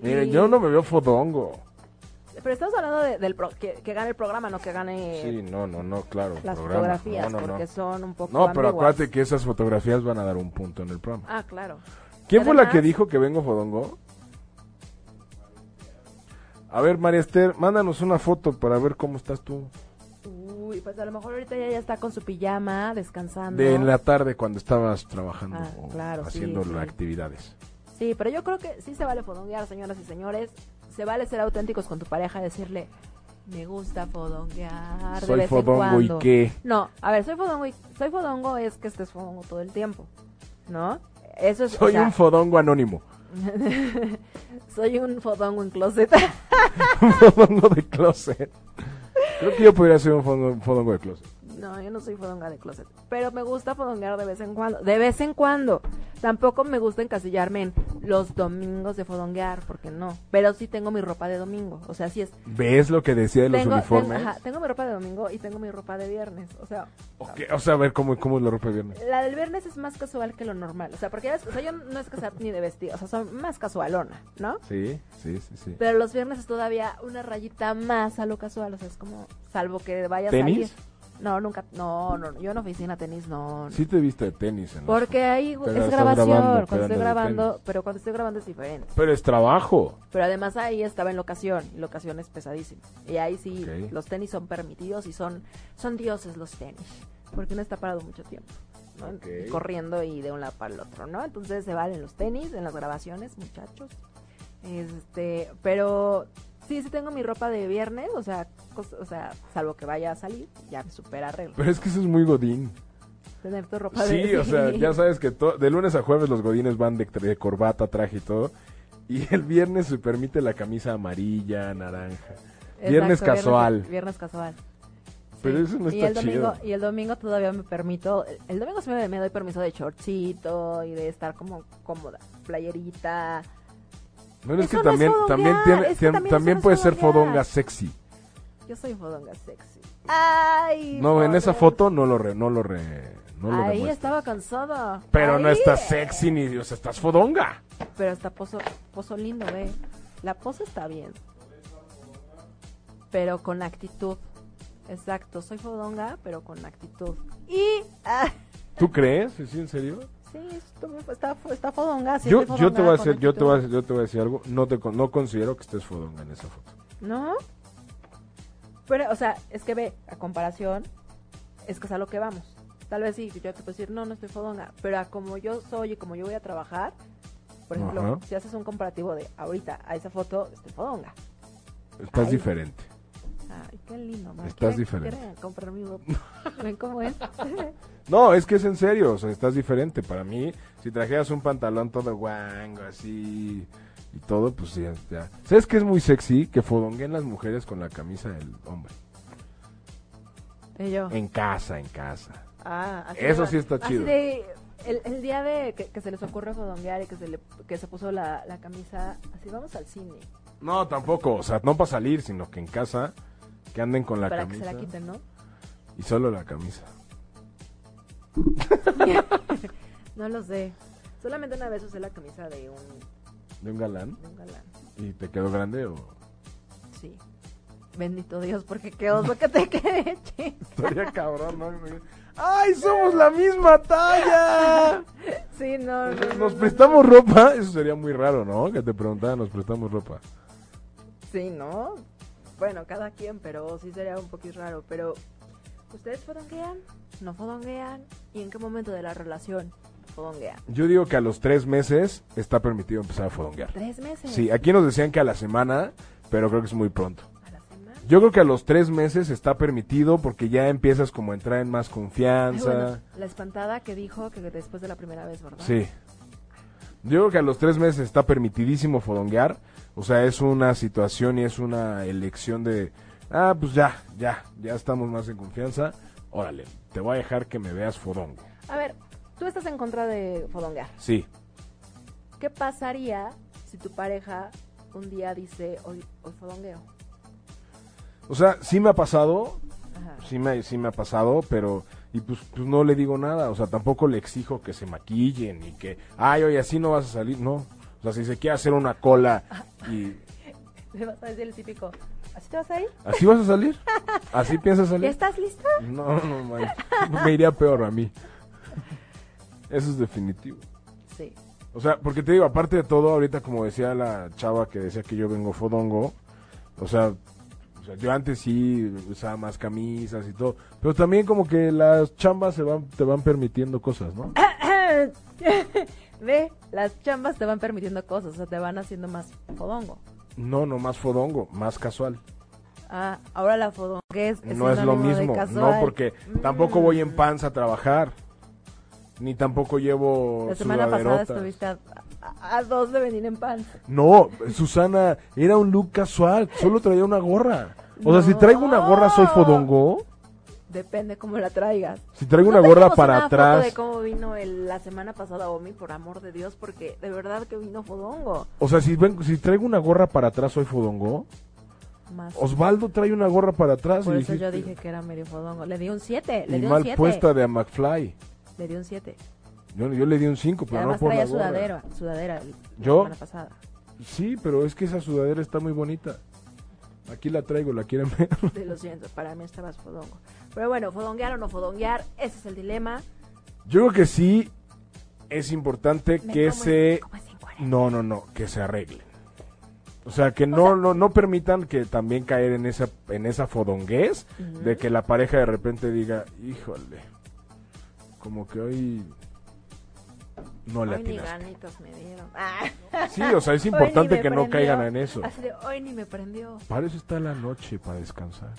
S2: Miren, yo no me veo fodongo.
S3: Pero estamos hablando de- del pro- que, que gane el programa, no que gane
S2: Sí, no, no, no, claro.
S3: las
S2: programa.
S3: fotografías,
S2: No, no, no.
S3: porque son un poco
S2: No, pero
S3: ambiguas.
S2: acuérdate que esas fotografías van a dar un punto en el programa.
S3: Ah, claro.
S2: ¿Quién fue la
S3: Además-
S2: que dijo que vengo fodongo? A ver, María Esther, mándanos una foto para ver cómo estás tú.
S3: Uy, pues a lo mejor ahorita ella ya está con su pijama, descansando.
S2: De en la tarde cuando estabas trabajando
S3: Ah,
S2: o
S3: claro, sí,
S2: haciendo
S3: sí.
S2: las actividades.
S3: Sí, pero yo creo que sí se vale fodonguear, señoras y señores. Se vale ser auténticos con tu pareja y decirle, me gusta fodonguear de
S2: Soy
S3: vez en
S2: fodongo y
S3: cuando".
S2: qué.
S3: No, a ver, soy fodongo y soy fodongo es que estés fodongo todo el tiempo. ¿no? Eso es, o
S2: Soy
S3: sea,
S2: un fodongo anónimo.
S3: soy un fodongo en closet.
S2: Un fodongo de closet. Creo que yo podría ser un fodongo, fodongo de closet.
S3: No, yo no soy fodonga de closet. Pero me gusta fodonguear de vez en cuando. De vez en cuando. Tampoco me gusta encasillarme en los domingos de fodonguear, porque no. Pero sí tengo mi ropa de domingo. O sea, sí es.
S2: ¿Ves lo que decía de los
S3: tengo,
S2: uniformes?
S3: tengo- ajá, tengo mi ropa de domingo y tengo mi ropa de viernes. O sea,
S2: Ok, o sea, a ver cómo, cómo es la ropa de viernes.
S3: la del viernes es más casual que lo normal. O sea, porque ya ves- o sea, yo no es casar ni de vestir. O sea, soy más casualona, ¿no?
S2: Sí, sí, sí, sí.
S3: Pero los viernes es todavía una rayita más a lo casual. O sea, es como. Salvo que vayas a
S2: ¿Tenis?
S3: ir. No, nunca. No, no, no, yo en oficina tenis no. no.
S2: Sí te viste de tenis. en las-
S3: Porque ahí
S2: Pero
S3: es
S2: estás
S3: grabación,
S2: grabando,
S3: cuando estoy
S2: quedando de
S3: grabando,
S2: tenis.
S3: pero cuando estoy grabando es diferente.
S2: Pero es trabajo.
S3: Pero además ahí estaba en locación, y locación es pesadísima. Y ahí sí,
S2: Ok.
S3: los tenis son permitidos y son, son dioses los tenis, porque uno está parado mucho tiempo, ¿no?
S2: Ok.
S3: Y corriendo y de un lado para el otro, ¿no? Entonces se valen los tenis en las grabaciones, muchachos. Este, pero sí, sí tengo mi ropa de viernes, o sea, cos- o sea, salvo que vaya a salir, ya me supera arreglo.
S2: Pero es que eso es muy godín.
S3: Tener tu ropa de
S2: Sí, o sea, ya sabes que to- de lunes a jueves los godines van de, tra- de corbata, traje y todo. Y el viernes se permite la camisa amarilla, naranja. Viernes
S3: Exacto,
S2: casual.
S3: Viernes, viernes casual.
S2: Pero eso no
S3: y
S2: está
S3: el domingo,
S2: chido.
S3: Y el domingo todavía me permito, el domingo sí me, me doy permiso de shortcito y de estar como cómoda, playerita.
S2: Bueno, es
S3: Eso
S2: que
S3: no es
S2: también, también,
S3: fodonguear,
S2: tiene-
S3: es que
S2: tiene-
S3: también eso
S2: también
S3: no es
S2: puede ser
S3: fodonguear.
S2: fodonga sexy.
S3: Yo soy fodonga sexy. Ay.
S2: No, en esa
S3: joder.
S2: foto no lo re, no lo re, no lo
S3: Ahí
S2: demuestra.
S3: estaba cansada.
S2: Pero no
S3: Ahí.
S2: estás sexy ni, o sea, estás fodonga.
S3: Pero está pozo, pozo lindo, ve. La pose está bien. Pero con actitud. Exacto, soy fodonga, pero con actitud. Y. ah,
S2: ¿Tú crees? ¿Sí, en serio?
S3: Sí, esto- está, está fodonga. sí,
S2: yo,
S3: estoy
S2: yo te
S3: fodonga
S2: voy a
S3: con este
S2: hacer, yo te voy a,
S3: actitud.
S2: yo te voy a decir algo. No te, con- no considero que estés fodonga en esa foto.
S3: ¿No? Pero, o sea, es que ve, a comparación, es que es a lo que vamos. Tal vez sí, yo te puedo decir, no, no estoy fodonga. Pero a como yo soy y como yo voy a trabajar, por ejemplo,
S2: Ajá.
S3: si haces un comparativo de ahorita a esa foto, estoy fodonga.
S2: Estás
S3: Ay.
S2: diferente.
S3: Ay, qué lindo, ma.
S2: Estás
S3: ¿Quieren-
S2: diferente.
S3: quieren comprar mi ropa? ¿Ven cómo es?
S2: No, es que es en serio, o sea, estás diferente. Para mí, si trajeras un pantalón todo guango, así y todo, pues ya. ya. ¿Sabes qué es muy sexy? Que fodonguen las mujeres con la camisa del hombre.
S3: Y yo.
S2: En casa, en casa.
S3: Ah, así
S2: Eh, Eso
S3: de-
S2: sí está
S3: así
S2: chido.
S3: de- el, el día de que, que se les ocurre fodonguear y que se, le, que se puso la, la camisa, así vamos al cine.
S2: No, tampoco, o sea, no para salir, sino que en casa, que anden con la
S3: para
S2: camisa.
S3: que se la quiten, ¿no?
S2: Y solo la camisa.
S3: No lo sé. Solamente una vez usé la camisa de un,
S2: ¿De un galán?
S3: de un galán.
S2: ¿Y te quedó grande o...?
S3: Sí. Bendito Dios, porque qué oso que te quede, che.
S2: Estaría cabrón, ¿no? ¡Ay, somos la misma talla!
S3: Sí, no, no, no,
S2: ¿Nos
S3: no,
S2: prestamos ropa? Eso sería muy raro, ¿no? Que te preguntaran, ¿nos prestamos ropa?
S3: no. Sí, ¿no? Bueno, cada quien, pero sí sería un poquito raro. Pero, ¿ustedes fodonguean? ¿No fodonguean? ¿Y en qué momento de la relación fodonguean?
S2: Yo digo que a los tres meses está permitido empezar a fodonguear.
S3: ¿Tres meses?
S2: Sí, aquí nos decían que a la semana, pero creo que es muy pronto.
S3: ¿A la semana?
S2: Yo creo que a los tres meses está permitido porque ya empiezas como a entrar en más
S3: Ay, bueno,
S2: confianza.
S3: la espantada que dijo que después de la primera vez, ¿verdad?
S2: Sí. Yo creo que a los tres meses está permitidísimo fodonguear. O sea, es una situación y es una elección de, ah, pues ya, ya, ya estamos más en confianza. Órale, te voy a dejar que me veas fodongo.
S3: A ver, tú estás en contra de fodonguear.
S2: Sí,
S3: ¿Qué pasaría si tu pareja un día dice hoy, hoy fodongueo?
S2: O sea, sí me ha pasado,
S3: Ajá.
S2: sí me, sí me ha pasado, pero y pues, pues no le digo nada, o sea, tampoco le exijo que se maquillen y que, ay, oye, así no vas a salir, no. O sea, si se quiere hacer una cola y
S3: Le vas a decir el típico, ¿así te vas a ir?
S2: así vas a salir, así piensas
S3: ¿Ya
S2: salir.
S3: estás lista?
S2: No, no, man, me iría peor a mí. Eso es definitivo.
S3: Sí.
S2: O sea, porque te digo, aparte de todo, ahorita como decía la chava que decía que yo vengo fodongo, o sea, o sea, yo antes sí usaba más camisas y todo, pero también como que las chambas se van, te van permitiendo cosas, ¿no?
S3: Ve, las chambas te van permitiendo cosas, o sea, te van haciendo más fodongo.
S2: No, no más fodongo, más casual.
S3: Ah, ahora la fodonguez es
S2: no es lo
S3: sinónimo de
S2: mismo, no
S3: casual.
S2: porque tampoco voy en
S3: Mm.
S2: panza a trabajar. ni tampoco llevo
S3: La semana pasada
S2: sudaderota.
S3: estuviste a, a- a dos de venir en pan.
S2: No, Susana, era un look casual, solo traía una gorra. O sea, si
S3: No.
S2: traigo una gorra soy fodongo.
S3: Depende cómo la traigas.
S2: Si traigo una
S3: No
S2: gorra
S3: tenemos
S2: para
S3: una foto
S2: atrás.
S3: de cómo vino el- la semana pasada Omi, por amor de Dios, porque de verdad que vino fodongo.
S2: O sea, si, ven- si traigo una gorra para atrás soy fodongo.
S3: Más.
S2: Osvaldo trae una gorra para atrás.
S3: por
S2: y
S3: eso yo
S2: dijiste-
S3: dije que era medio fodongo. Le di un 7, le
S2: Y
S3: di un
S2: mal
S3: 7.
S2: puesta de a McFly.
S3: Le di un 7.
S2: Yo, yo le di un 5, pero no
S3: Además
S2: por la
S3: traía
S2: gorra.
S3: sudadera, sudadera el-
S2: ¿Yo?
S3: la semana pasada.
S2: Sí, pero es que esa sudadera está muy bonita. Aquí la traigo, la quieren ver.
S3: Sí, lo siento, para mí estabas fodongo. Pero bueno, fodonguear o no fodonguear, ese es el dilema.
S2: Yo creo que sí es importante
S3: Me
S2: que
S3: como
S2: se...
S3: en- pues, como en 40.
S2: No, no, no, que se arreglen. O sea, que no, no, no permitan que también caer en esa, en esa fodonguez de que la pareja de repente diga, híjole, como que hoy no le
S3: Hoy ni
S2: atinaste.
S3: ganitas me dieron. Ah.
S2: Sí, o sea, es
S3: Hoy ni
S2: importante
S3: me
S2: que no
S3: prendió.
S2: caigan en eso.
S3: Así de, hoy ni me prendió.
S2: Para eso está la noche, para descansar.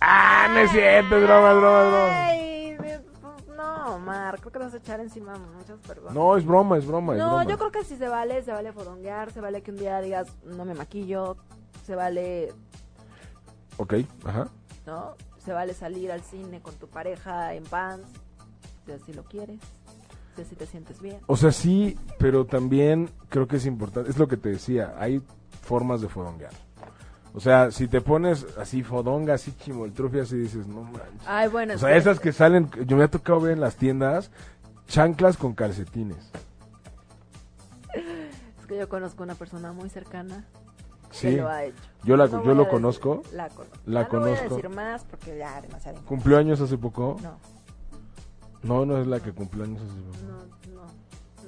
S2: ¡Ah, no es cierto! es broma, es broma, es broma.
S3: Ay, de- no, Mar, creo que te vas a echar encima muchas personas.
S2: No, es broma, es broma, es
S3: No,
S2: broma.
S3: yo creo que sí se vale, se vale fodonguear, se vale que un día digas, no me maquillo, se vale,
S2: Ok, ajá.
S3: ¿no? Se vale salir al cine con tu pareja en pants, si así lo quieres, si así te sientes bien.
S2: O sea, sí, pero también creo que es importante. Es lo que te decía, hay formas de fodonguear. O sea, si te pones así fodonga, así chimoltrufia, así dices, no manches.
S3: Ay,
S2: o
S3: bueno. es
S2: sea, esas que salen, yo me ha tocado ver en las tiendas, chanclas con calcetines.
S3: Es que yo conozco una persona muy cercana
S2: Sí.
S3: que lo ha hecho.
S2: Yo la- yo
S3: voy
S2: lo
S3: a decir-
S2: conozco.
S3: la conozco.
S2: La
S3: Ah, No voy a
S2: conozco.
S3: decir más porque ya demasiado. inf-
S2: ¿Cumplió años hace poco?
S3: No,
S2: No, no es la que cumplió años hace poco.
S3: no, no.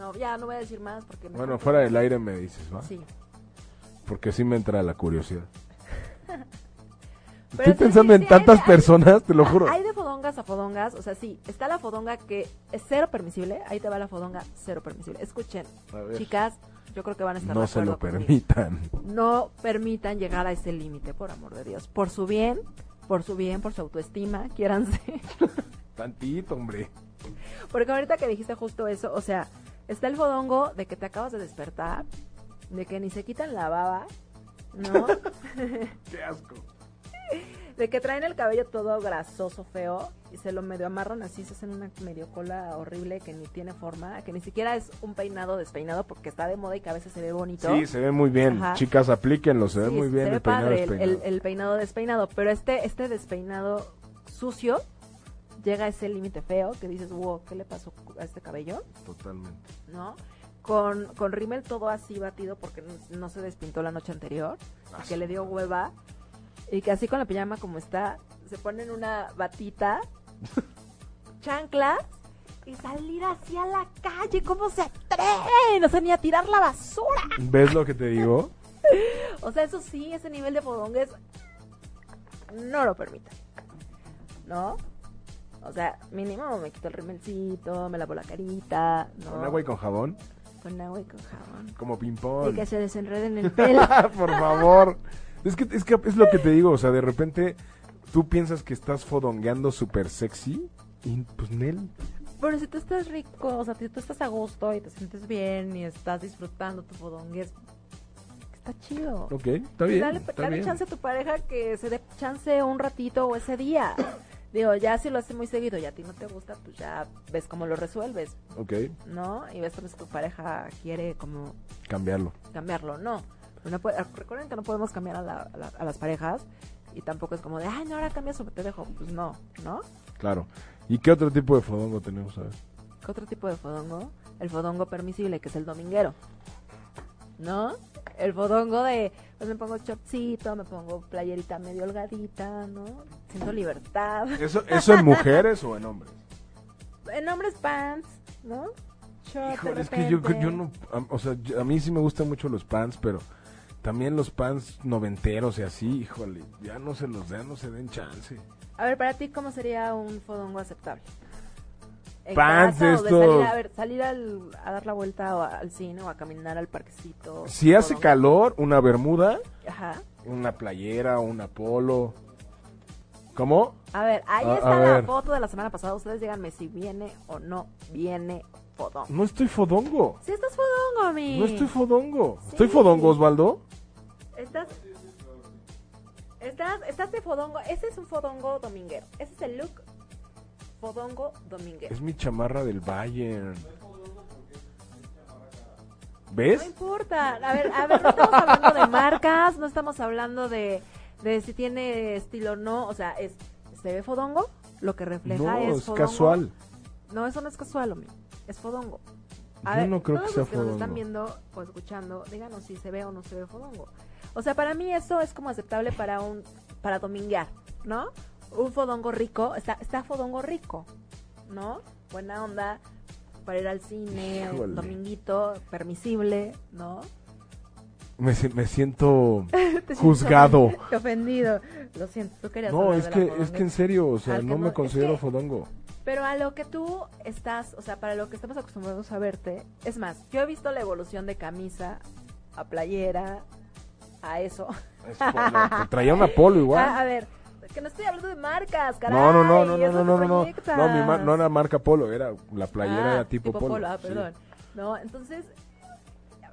S3: No, ya no voy a decir más porque. me-
S2: Bueno, fuera del aire me dices, ¿va?
S3: Sí.
S2: Porque sí me entra la curiosidad.
S3: Pero
S2: Estoy
S3: sí,
S2: pensando
S3: sí,
S2: en
S3: sí,
S2: tantas
S3: hay- hay-
S2: personas, te lo juro.
S3: Hay de fodongas a fodongas, o sea, sí, está la fodonga que es cero permisible, ahí te va la fodonga cero permisible. Escuchen,
S2: A ver.
S3: chicas, yo creo que van a estar de
S2: No se
S3: acuerdo
S2: lo
S3: conmigo.
S2: permitan.
S3: No permitan llegar a ese límite, por amor de Dios, por su bien, por su bien, por su autoestima, quiéranse.
S2: Tantito, hombre.
S3: Porque ahorita que dijiste justo eso, o sea, está el fodongo de que te acabas de despertar, de que ni se quitan la baba, ¿no?
S2: Qué asco.
S3: De que traen el cabello todo grasoso, feo, y se lo medio amarran así, se hacen una medio cola horrible que ni tiene forma, que ni siquiera es un peinado despeinado porque está de moda y que a veces se ve bonito.
S2: Sí, se ve muy bien.
S3: Ajá.
S2: Chicas, aplíquenlo. Se ve
S3: Sí,
S2: muy bien
S3: se ve
S2: el peinado
S3: padre el-
S2: despeinado.
S3: El, el peinado despeinado, pero este, este despeinado sucio llega a ese límite feo que dices, wow, ¿qué le pasó a este cabello?
S2: Totalmente.
S3: ¿No? Con, con rímel todo así batido porque no, no se despintó la noche anterior,
S2: Ah,
S3: y que le dio hueva, y que así con la pijama como está, se ponen una batita, chanclas, y salir así a la calle, ¿cómo se atreven? O sea, ni a tirar la basura.
S2: ¿Ves lo que te digo?
S3: O sea, eso sí, ese nivel de fodongues no lo permite. ¿No? O sea, mínimo me quito el rimelcito, me lavo la carita, ¿no?
S2: Con agua y con jabón.
S3: Con agua y con jabón.
S2: Como
S3: Y
S2: ping-pong.
S3: que se desenreden el pelo.
S2: Por favor. Es que, es que es lo que te digo. O sea, de repente tú piensas que estás fodongueando súper sexy. Y pues Nel.
S3: Pero si tú estás rico, o sea, si tú estás a gusto y te sientes bien y estás disfrutando tu fodongues, está chido.
S2: Ok, está
S3: Y
S2: bien.
S3: dale pues,
S2: está
S3: dale
S2: bien.
S3: chance a tu pareja que se dé chance un ratito o ese día. Digo, ya si lo hace muy seguido y a ti no te gusta, pues ya ves cómo lo resuelves.
S2: Ok,
S3: ¿no? Y ves tal vez que tu pareja quiere como
S2: cambiarlo.
S3: cambiarlo, no. No puede- recuerden que no podemos cambiar a, la- a la- a las parejas y tampoco es como de, ay, no, ahora cambias o te dejo. Pues no, ¿no?
S2: Claro. ¿Y qué otro tipo de fodongo tenemos? A ver.
S3: ¿Qué otro tipo de fodongo? El fodongo permisible, que es el dominguero, ¿no? El fodongo de, pues me pongo chorcito, me pongo playerita medio holgadita, ¿no? Siento libertad.
S2: ¿Eso, ¿Eso en mujeres o en hombres?
S3: En hombres pants, ¿no? Short de
S2: Híjole, es que yo,
S3: repente.
S2: yo no, a- o sea, yo- a mí sí me gustan mucho los pants, pero también los pants noventeros y así, híjole, ya no se los dan, no se den chance.
S3: A ver, para ti, ¿cómo sería un fodongo aceptable? ¿En
S2: Pants
S3: casa o de
S2: estos.
S3: salir, a ver, salir al- a dar la vuelta o al cine o a caminar al parquecito.
S2: Si hace
S3: Fodongo.
S2: calor, una bermuda,
S3: Ajá.
S2: una playera, un polo, ¿Cómo?
S3: A ver, ahí
S2: A-
S3: está
S2: a
S3: la
S2: ver.
S3: foto de la semana pasada. Ustedes díganme si viene o no viene fodongo.
S2: No estoy fodongo.
S3: Si estás fodongo, mi.
S2: No estoy fodongo.
S3: Sí.
S2: ¿Estoy fodongo, Osvaldo?
S3: Estás. Estás, estás de fodongo. Ese es un fodongo dominguero. Ese es el look fodongo dominguero.
S2: Es mi chamarra del Bayern.
S3: No
S2: ¿Ves?
S3: importa. A ver, a ver, no estamos hablando de marcas, no estamos hablando de, de si tiene estilo o no. O sea, es se ve fodongo, lo que refleja
S2: No,
S3: es,
S2: es
S3: fodongo.
S2: casual.
S3: No, eso no es casual, hombre. Es fodongo.
S2: Yo no creo que
S3: todos
S2: sea
S3: los que nos están
S2: fodongo.
S3: viendo o escuchando, díganos si se ve o no se ve fodongo. O sea, para mí eso es como aceptable para un para dominguear, ¿no? Un fodongo rico, está está fodongo rico, ¿no? Buena onda para ir al cine, un
S2: Híjole.
S3: dominguito, permisible, ¿no?
S2: Me, si- me siento
S3: Te siento
S2: juzgado.
S3: ofen- ofendido. Lo siento, tú querías
S2: No,
S3: hablar
S2: es
S3: de la
S2: que, es que en
S3: fodonguez.
S2: serio, o sea,
S3: Al que
S2: no
S3: no-
S2: me
S3: es
S2: considero
S3: que-
S2: fodongo.
S3: Pero a lo que tú estás, o sea, para lo que estamos acostumbrados a verte, es más, yo he visto la evolución de camisa a playera, a eso.
S2: Es polo. Traía una polo
S3: A,
S2: igual.
S3: a ver, que no estoy hablando de marcas, Ah, caray.
S2: No, no, no, no, no,
S3: eso
S2: no,
S3: te
S2: no, no, no.
S3: proyectas.
S2: No, mi ma- no era marca polo, era la playera
S3: Ah,
S2: era tipo, polo.
S3: Ah,
S2: sí.
S3: perdón. No, entonces,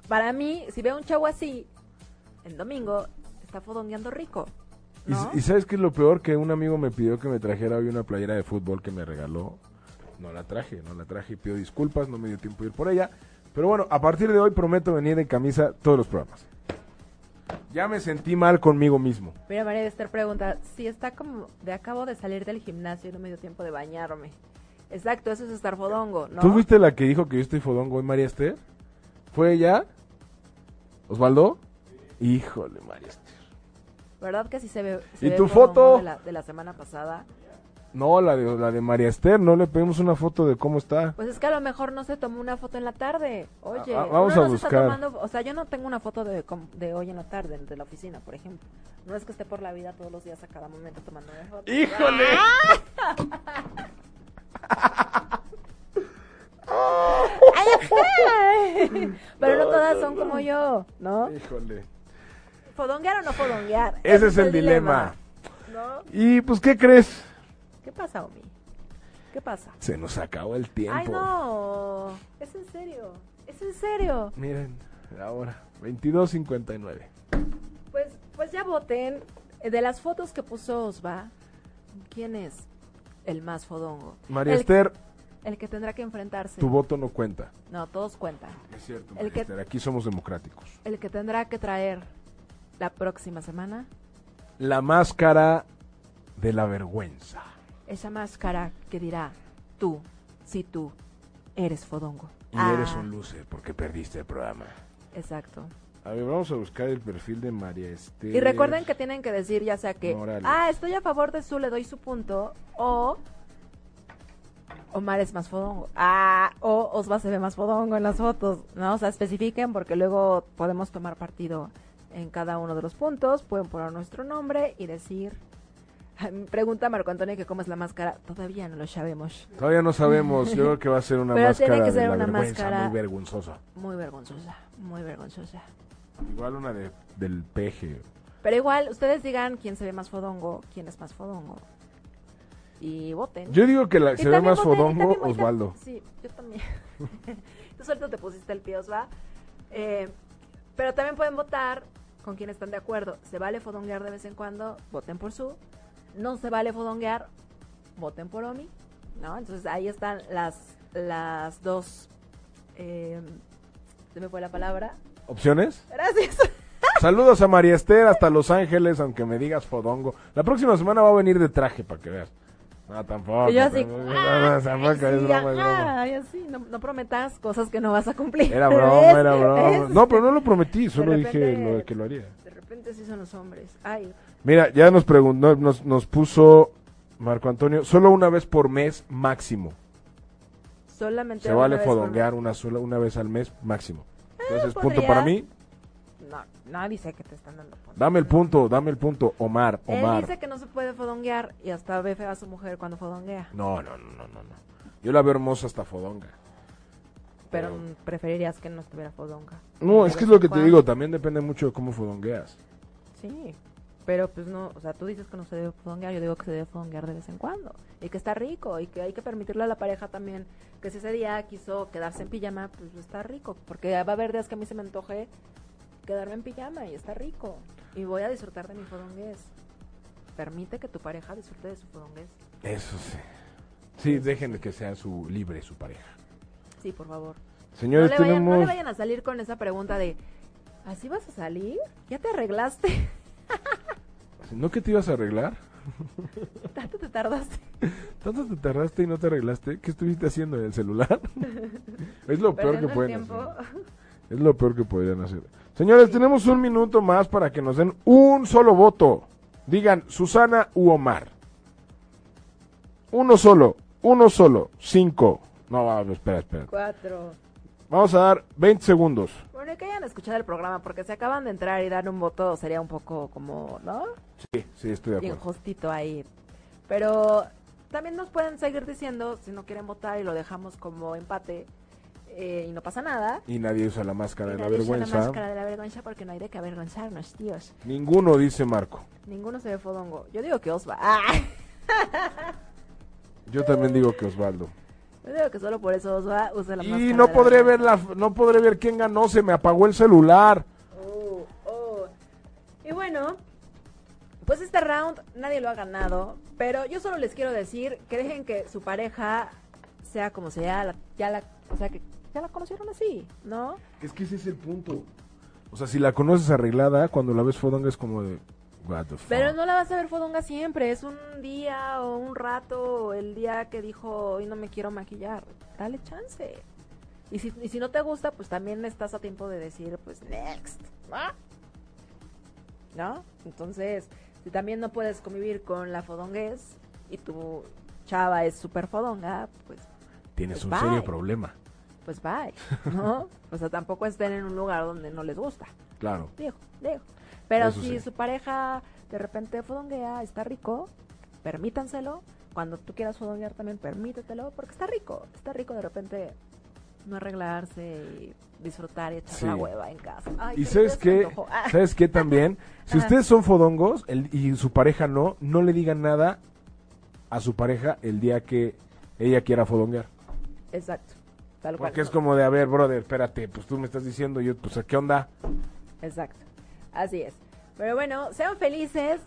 S3: para mí, si veo un chavo así, el domingo, está fodongueando rico.
S2: Y,
S3: ¿no?
S2: y sabes que es lo peor que un amigo me pidió que me trajera hoy una playera de fútbol que me regaló. No la traje, no la traje y pido disculpas, no me dio tiempo de ir por ella. Pero bueno, a partir de hoy prometo venir en camisa todos los programas. Ya me sentí mal conmigo mismo.
S3: Mira, María de Esther pregunta, si está como de acabo de salir del gimnasio y no me dio tiempo de bañarme. Exacto, eso es estar fodongo, ¿no?
S2: ¿Tú fuiste la que dijo que yo estoy fodongo hoy, María Esther? ¿Fue ella? ¿Osvaldo? Híjole, María Esther.
S3: ¿Verdad que sí se ve? se
S2: ¿Y
S3: ve
S2: tu
S3: fodongo
S2: foto?
S3: De la, de la semana pasada.
S2: No, la de, la de María Esther, no le pedimos una foto de cómo está.
S3: Pues es que a lo mejor no se tomó una foto en la tarde. Oye,
S2: Ah, ah, vamos
S3: uno
S2: a
S3: no se está
S2: buscar.
S3: tomando- o sea, yo no tengo una foto de, com- de hoy en la tarde, de la oficina, por ejemplo. No es que esté por la vida todos los días a cada momento tomando una foto.
S2: ¡Híjole!
S3: Pero no todas son como yo, ¿no?
S2: ¡Híjole!
S3: ¿Fodonguear o no fodonguear?
S2: Ese es el dilema.
S3: ¿No?
S2: Y pues, ¿qué crees?
S3: ¿Qué pasa, Omi? ¿Qué pasa?
S2: Se nos acabó el tiempo.
S3: Ay, no. Es en serio. Es en serio.
S2: Miren, ahora, 22.59.
S3: Pues, pues ya voten. Eh, De las fotos que puso Osva, ¿quién es el más fodongo?
S2: María
S3: el,
S2: Esther,
S3: El que tendrá que enfrentarse.
S2: tu voto no cuenta.
S3: No, todos cuentan.
S2: Es cierto,
S3: María que- Esther,
S2: aquí somos democráticos.
S3: El que tendrá que traer la próxima semana
S2: La máscara de la vergüenza.
S3: esa máscara que dirá tú, si tú eres fodongo. Ah,
S2: Y eres un loser porque perdiste el programa.
S3: Exacto.
S2: A ver, vamos a buscar el perfil de María Esther.
S3: Y recuerden que tienen que decir ya sea que,
S2: Morales.
S3: ah, estoy a favor de su, le doy su punto, o Omar es más fodongo, ah, o Osva se ve más fodongo en las fotos, ¿no? O sea, especifiquen porque luego podemos tomar partido en cada uno de los puntos, pueden poner nuestro nombre y decir... Pregunta Marco Antonio que cómo es la máscara, todavía no lo sabemos,
S2: Todavía no sabemos, yo creo que va a ser una
S3: Pero tiene
S2: máscara
S3: que
S2: de
S3: ser
S2: la
S3: una
S2: vergüenza,
S3: máscara-
S2: muy vergonzosa.
S3: muy vergonzosa, muy vergonzosa.
S2: Igual una de, del peje.
S3: Pero igual, ustedes digan quién se ve más fodongo, quién es más fodongo. Y voten.
S2: Yo digo que la,
S3: Y
S2: se ve
S3: también
S2: más
S3: voté- y
S2: fodongo
S3: también voté-
S2: Osvaldo.
S3: Sí, yo también. Tú suelto te pusiste el pie, Osva. Eh, pero también pueden votar con quien están de acuerdo. Se vale fodonguear de vez en cuando, voten por su. No se vale fodonguear, voten por Omi. ¿No? Entonces ahí están las, las dos. eh, se me fue la palabra.
S2: ¿Opciones?
S3: Gracias.
S2: Saludos a María Esther hasta Los Ángeles, aunque me digas fodongo. La próxima semana va a venir de traje para que veas. No, tampoco.
S3: Y yo así,
S2: tampoco, no, no, tampoco,
S3: ay,
S2: es
S3: sí, ah".
S2: broma, es
S3: ajá,
S2: broma.
S3: ay, así, no, no prometas cosas que no vas a cumplir.
S2: Era broma,
S3: ¿Ves?
S2: era broma.
S3: ¿Ves?
S2: No, pero no lo prometí, solo dije
S3: repente-
S2: lo de que lo haría.
S3: De repente sí son los hombres. Ay,
S2: Mira, ya nos preguntó, nos, nos puso Marco Antonio, solo una vez por mes máximo.
S3: solamente.
S2: Se
S3: una
S2: vale
S3: vez por- Ah,
S2: fodonguear una sola, una vez al mes máximo. Entonces, punto
S3: podría.
S2: para mí.
S3: No, nadie dice que te están dando punto.
S2: Dame el punto, dame el punto, Omar,
S3: Él
S2: Omar.
S3: dice que no se puede fodonguear y hasta ve fea a su mujer cuando fodonguea.
S2: No, no, no, no, no. no. Yo la veo hermosa hasta fodonga.
S3: Pero mm, preferirías que no estuviera fodonga.
S2: No, es que es lo que te
S3: ¿Cuál?
S2: digo, también depende mucho de cómo fodongueas.
S3: Sí. pero pues no, o sea, tú dices que no se debe fodonguear, yo digo que se debe fodonguear de vez en cuando, y que está rico, y que hay que permitirle a la pareja también que si ese día quiso quedarse en pijama, pues está rico, porque va a haber días que a mí se me antoje quedarme en pijama y está rico, y voy a disfrutar de mi fodonguez. Permite que tu pareja disfrute de su fodonguez.
S2: Eso sí. Sí, dejen que sea su libre su pareja.
S3: Sí, por favor. No
S2: Señores,
S3: le, vayan, no le
S2: tenemos...
S3: vayan a salir con esa pregunta de, ¿así vas a salir? ¿Ya te arreglaste?
S2: ¿No que te ibas a arreglar?
S3: ¿Tanto te tardaste?
S2: ¿Tanto te tardaste y no te arreglaste? ¿Qué estuviste haciendo en el celular? es lo peor que
S3: Perdiendo el
S2: pueden
S3: tiempo.
S2: hacer. Es lo peor que podrían hacer. Señores, tenemos un minuto más para que nos den un solo voto. Digan Susana u Omar. Uno solo, uno solo, cinco. No, va, espera, espera.
S3: Cuatro.
S2: Vamos a dar 20 segundos.
S3: Bueno, y que hayan escuchado el programa, porque si acaban de entrar y dar un voto sería un poco como, ¿no?
S2: Sí, sí, estoy de acuerdo.
S3: Injustito ahí. Pero también nos pueden seguir diciendo si no quieren votar y lo dejamos como empate eh, y no pasa nada.
S2: Y nadie usa la máscara de la
S3: Nadie usa
S2: vergüenza.
S3: La máscara de la vergüenza porque no hay de qué avergonzarnos, tíos.
S2: Ninguno dice Marco.
S3: Ninguno se ve fodongo. Yo digo que Osva. ¡Ah!
S2: Yo también digo que Osvaldo.
S3: Yo digo que solo por eso Osva usa la máscara.
S2: Y no
S3: de
S2: podré ver
S3: vergüenza.
S2: la, no podré ver quién ganó, se me apagó el celular.
S3: Oh, oh. Y bueno, pues este round nadie lo ha ganado, pero yo solo les quiero decir que dejen que su pareja sea como sea, la- ya la, o sea que ya la conocieron así, ¿no?
S2: Es que ese es el punto. O sea, si la conoces arreglada, cuando la ves fodonga es como de what the fuck.
S3: Pero no la vas a ver fodonga siempre, es un día o un rato, o el día que dijo hoy no me quiero maquillar, dale chance. Y si, y si no te gusta, pues también estás a tiempo de decir, pues next, ¿no? ¿No? Entonces, si también no puedes convivir con la fodonguez y tu chava es súper fodonga, pues,
S2: Tienes un
S3: Bye.
S2: serio problema.
S3: pues bye, ¿no? o sea, tampoco estén en un lugar donde no les gusta.
S2: Claro.
S3: Digo, digo. Pero
S2: Eso
S3: si
S2: sí.
S3: su pareja de repente fodonguea, está rico, permítanselo. Cuando tú quieras fodonguear también, permítetelo, porque está rico. Está rico de repente no arreglarse y disfrutar y echar
S2: Sí.
S3: la hueva en casa. Ay,
S2: y
S3: qué
S2: sabes
S3: rico, ya se me
S2: qué,
S3: antojó. Ah,
S2: sabes qué también, si
S3: Ajá.
S2: ustedes son fodongos el- y su pareja no, no le digan nada a su pareja el día que ella quiera fodonguear.
S3: Exacto. Tal cual.
S2: Porque es como de, a ver, brother, espérate, pues tú me estás diciendo, yo, pues, ¿qué onda?
S3: Exacto. Así es. Pero bueno, sean felices.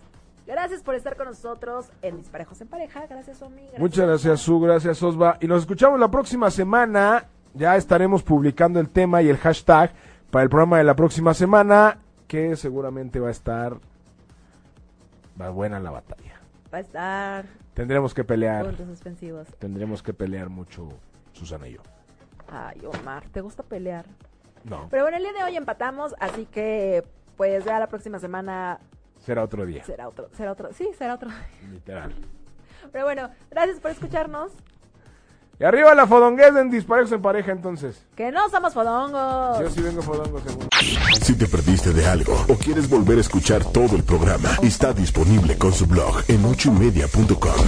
S3: Gracias por estar con nosotros en Disparejos en Pareja. Gracias, Omi.
S2: Muchas gracias, Su, gracias, Osva. Y nos escuchamos la próxima semana. Ya estaremos publicando el tema y el hashtag para el programa de la próxima semana, que seguramente va a estar va buena la batalla.
S3: Va a estar
S2: Tendremos que pelear,
S3: puntos suspensivos.
S2: tendremos que pelear mucho Susana y yo.
S3: Ay, Omar, ¿te gusta pelear?
S2: No,
S3: Pero bueno, el día de hoy empatamos, así que pues ya la próxima semana
S2: será otro día,
S3: será otro, será otro, sí, será otro.
S2: literal.
S3: Pero bueno, gracias por escucharnos.
S2: Y arriba la fodonguez en disparejos en pareja, entonces.
S3: Que no somos fodongos.
S2: Yo sí vengo fodongo seguro.
S1: Si te perdiste de algo o quieres volver a escuchar todo el programa, está disponible con su blog en ochoymedia.com.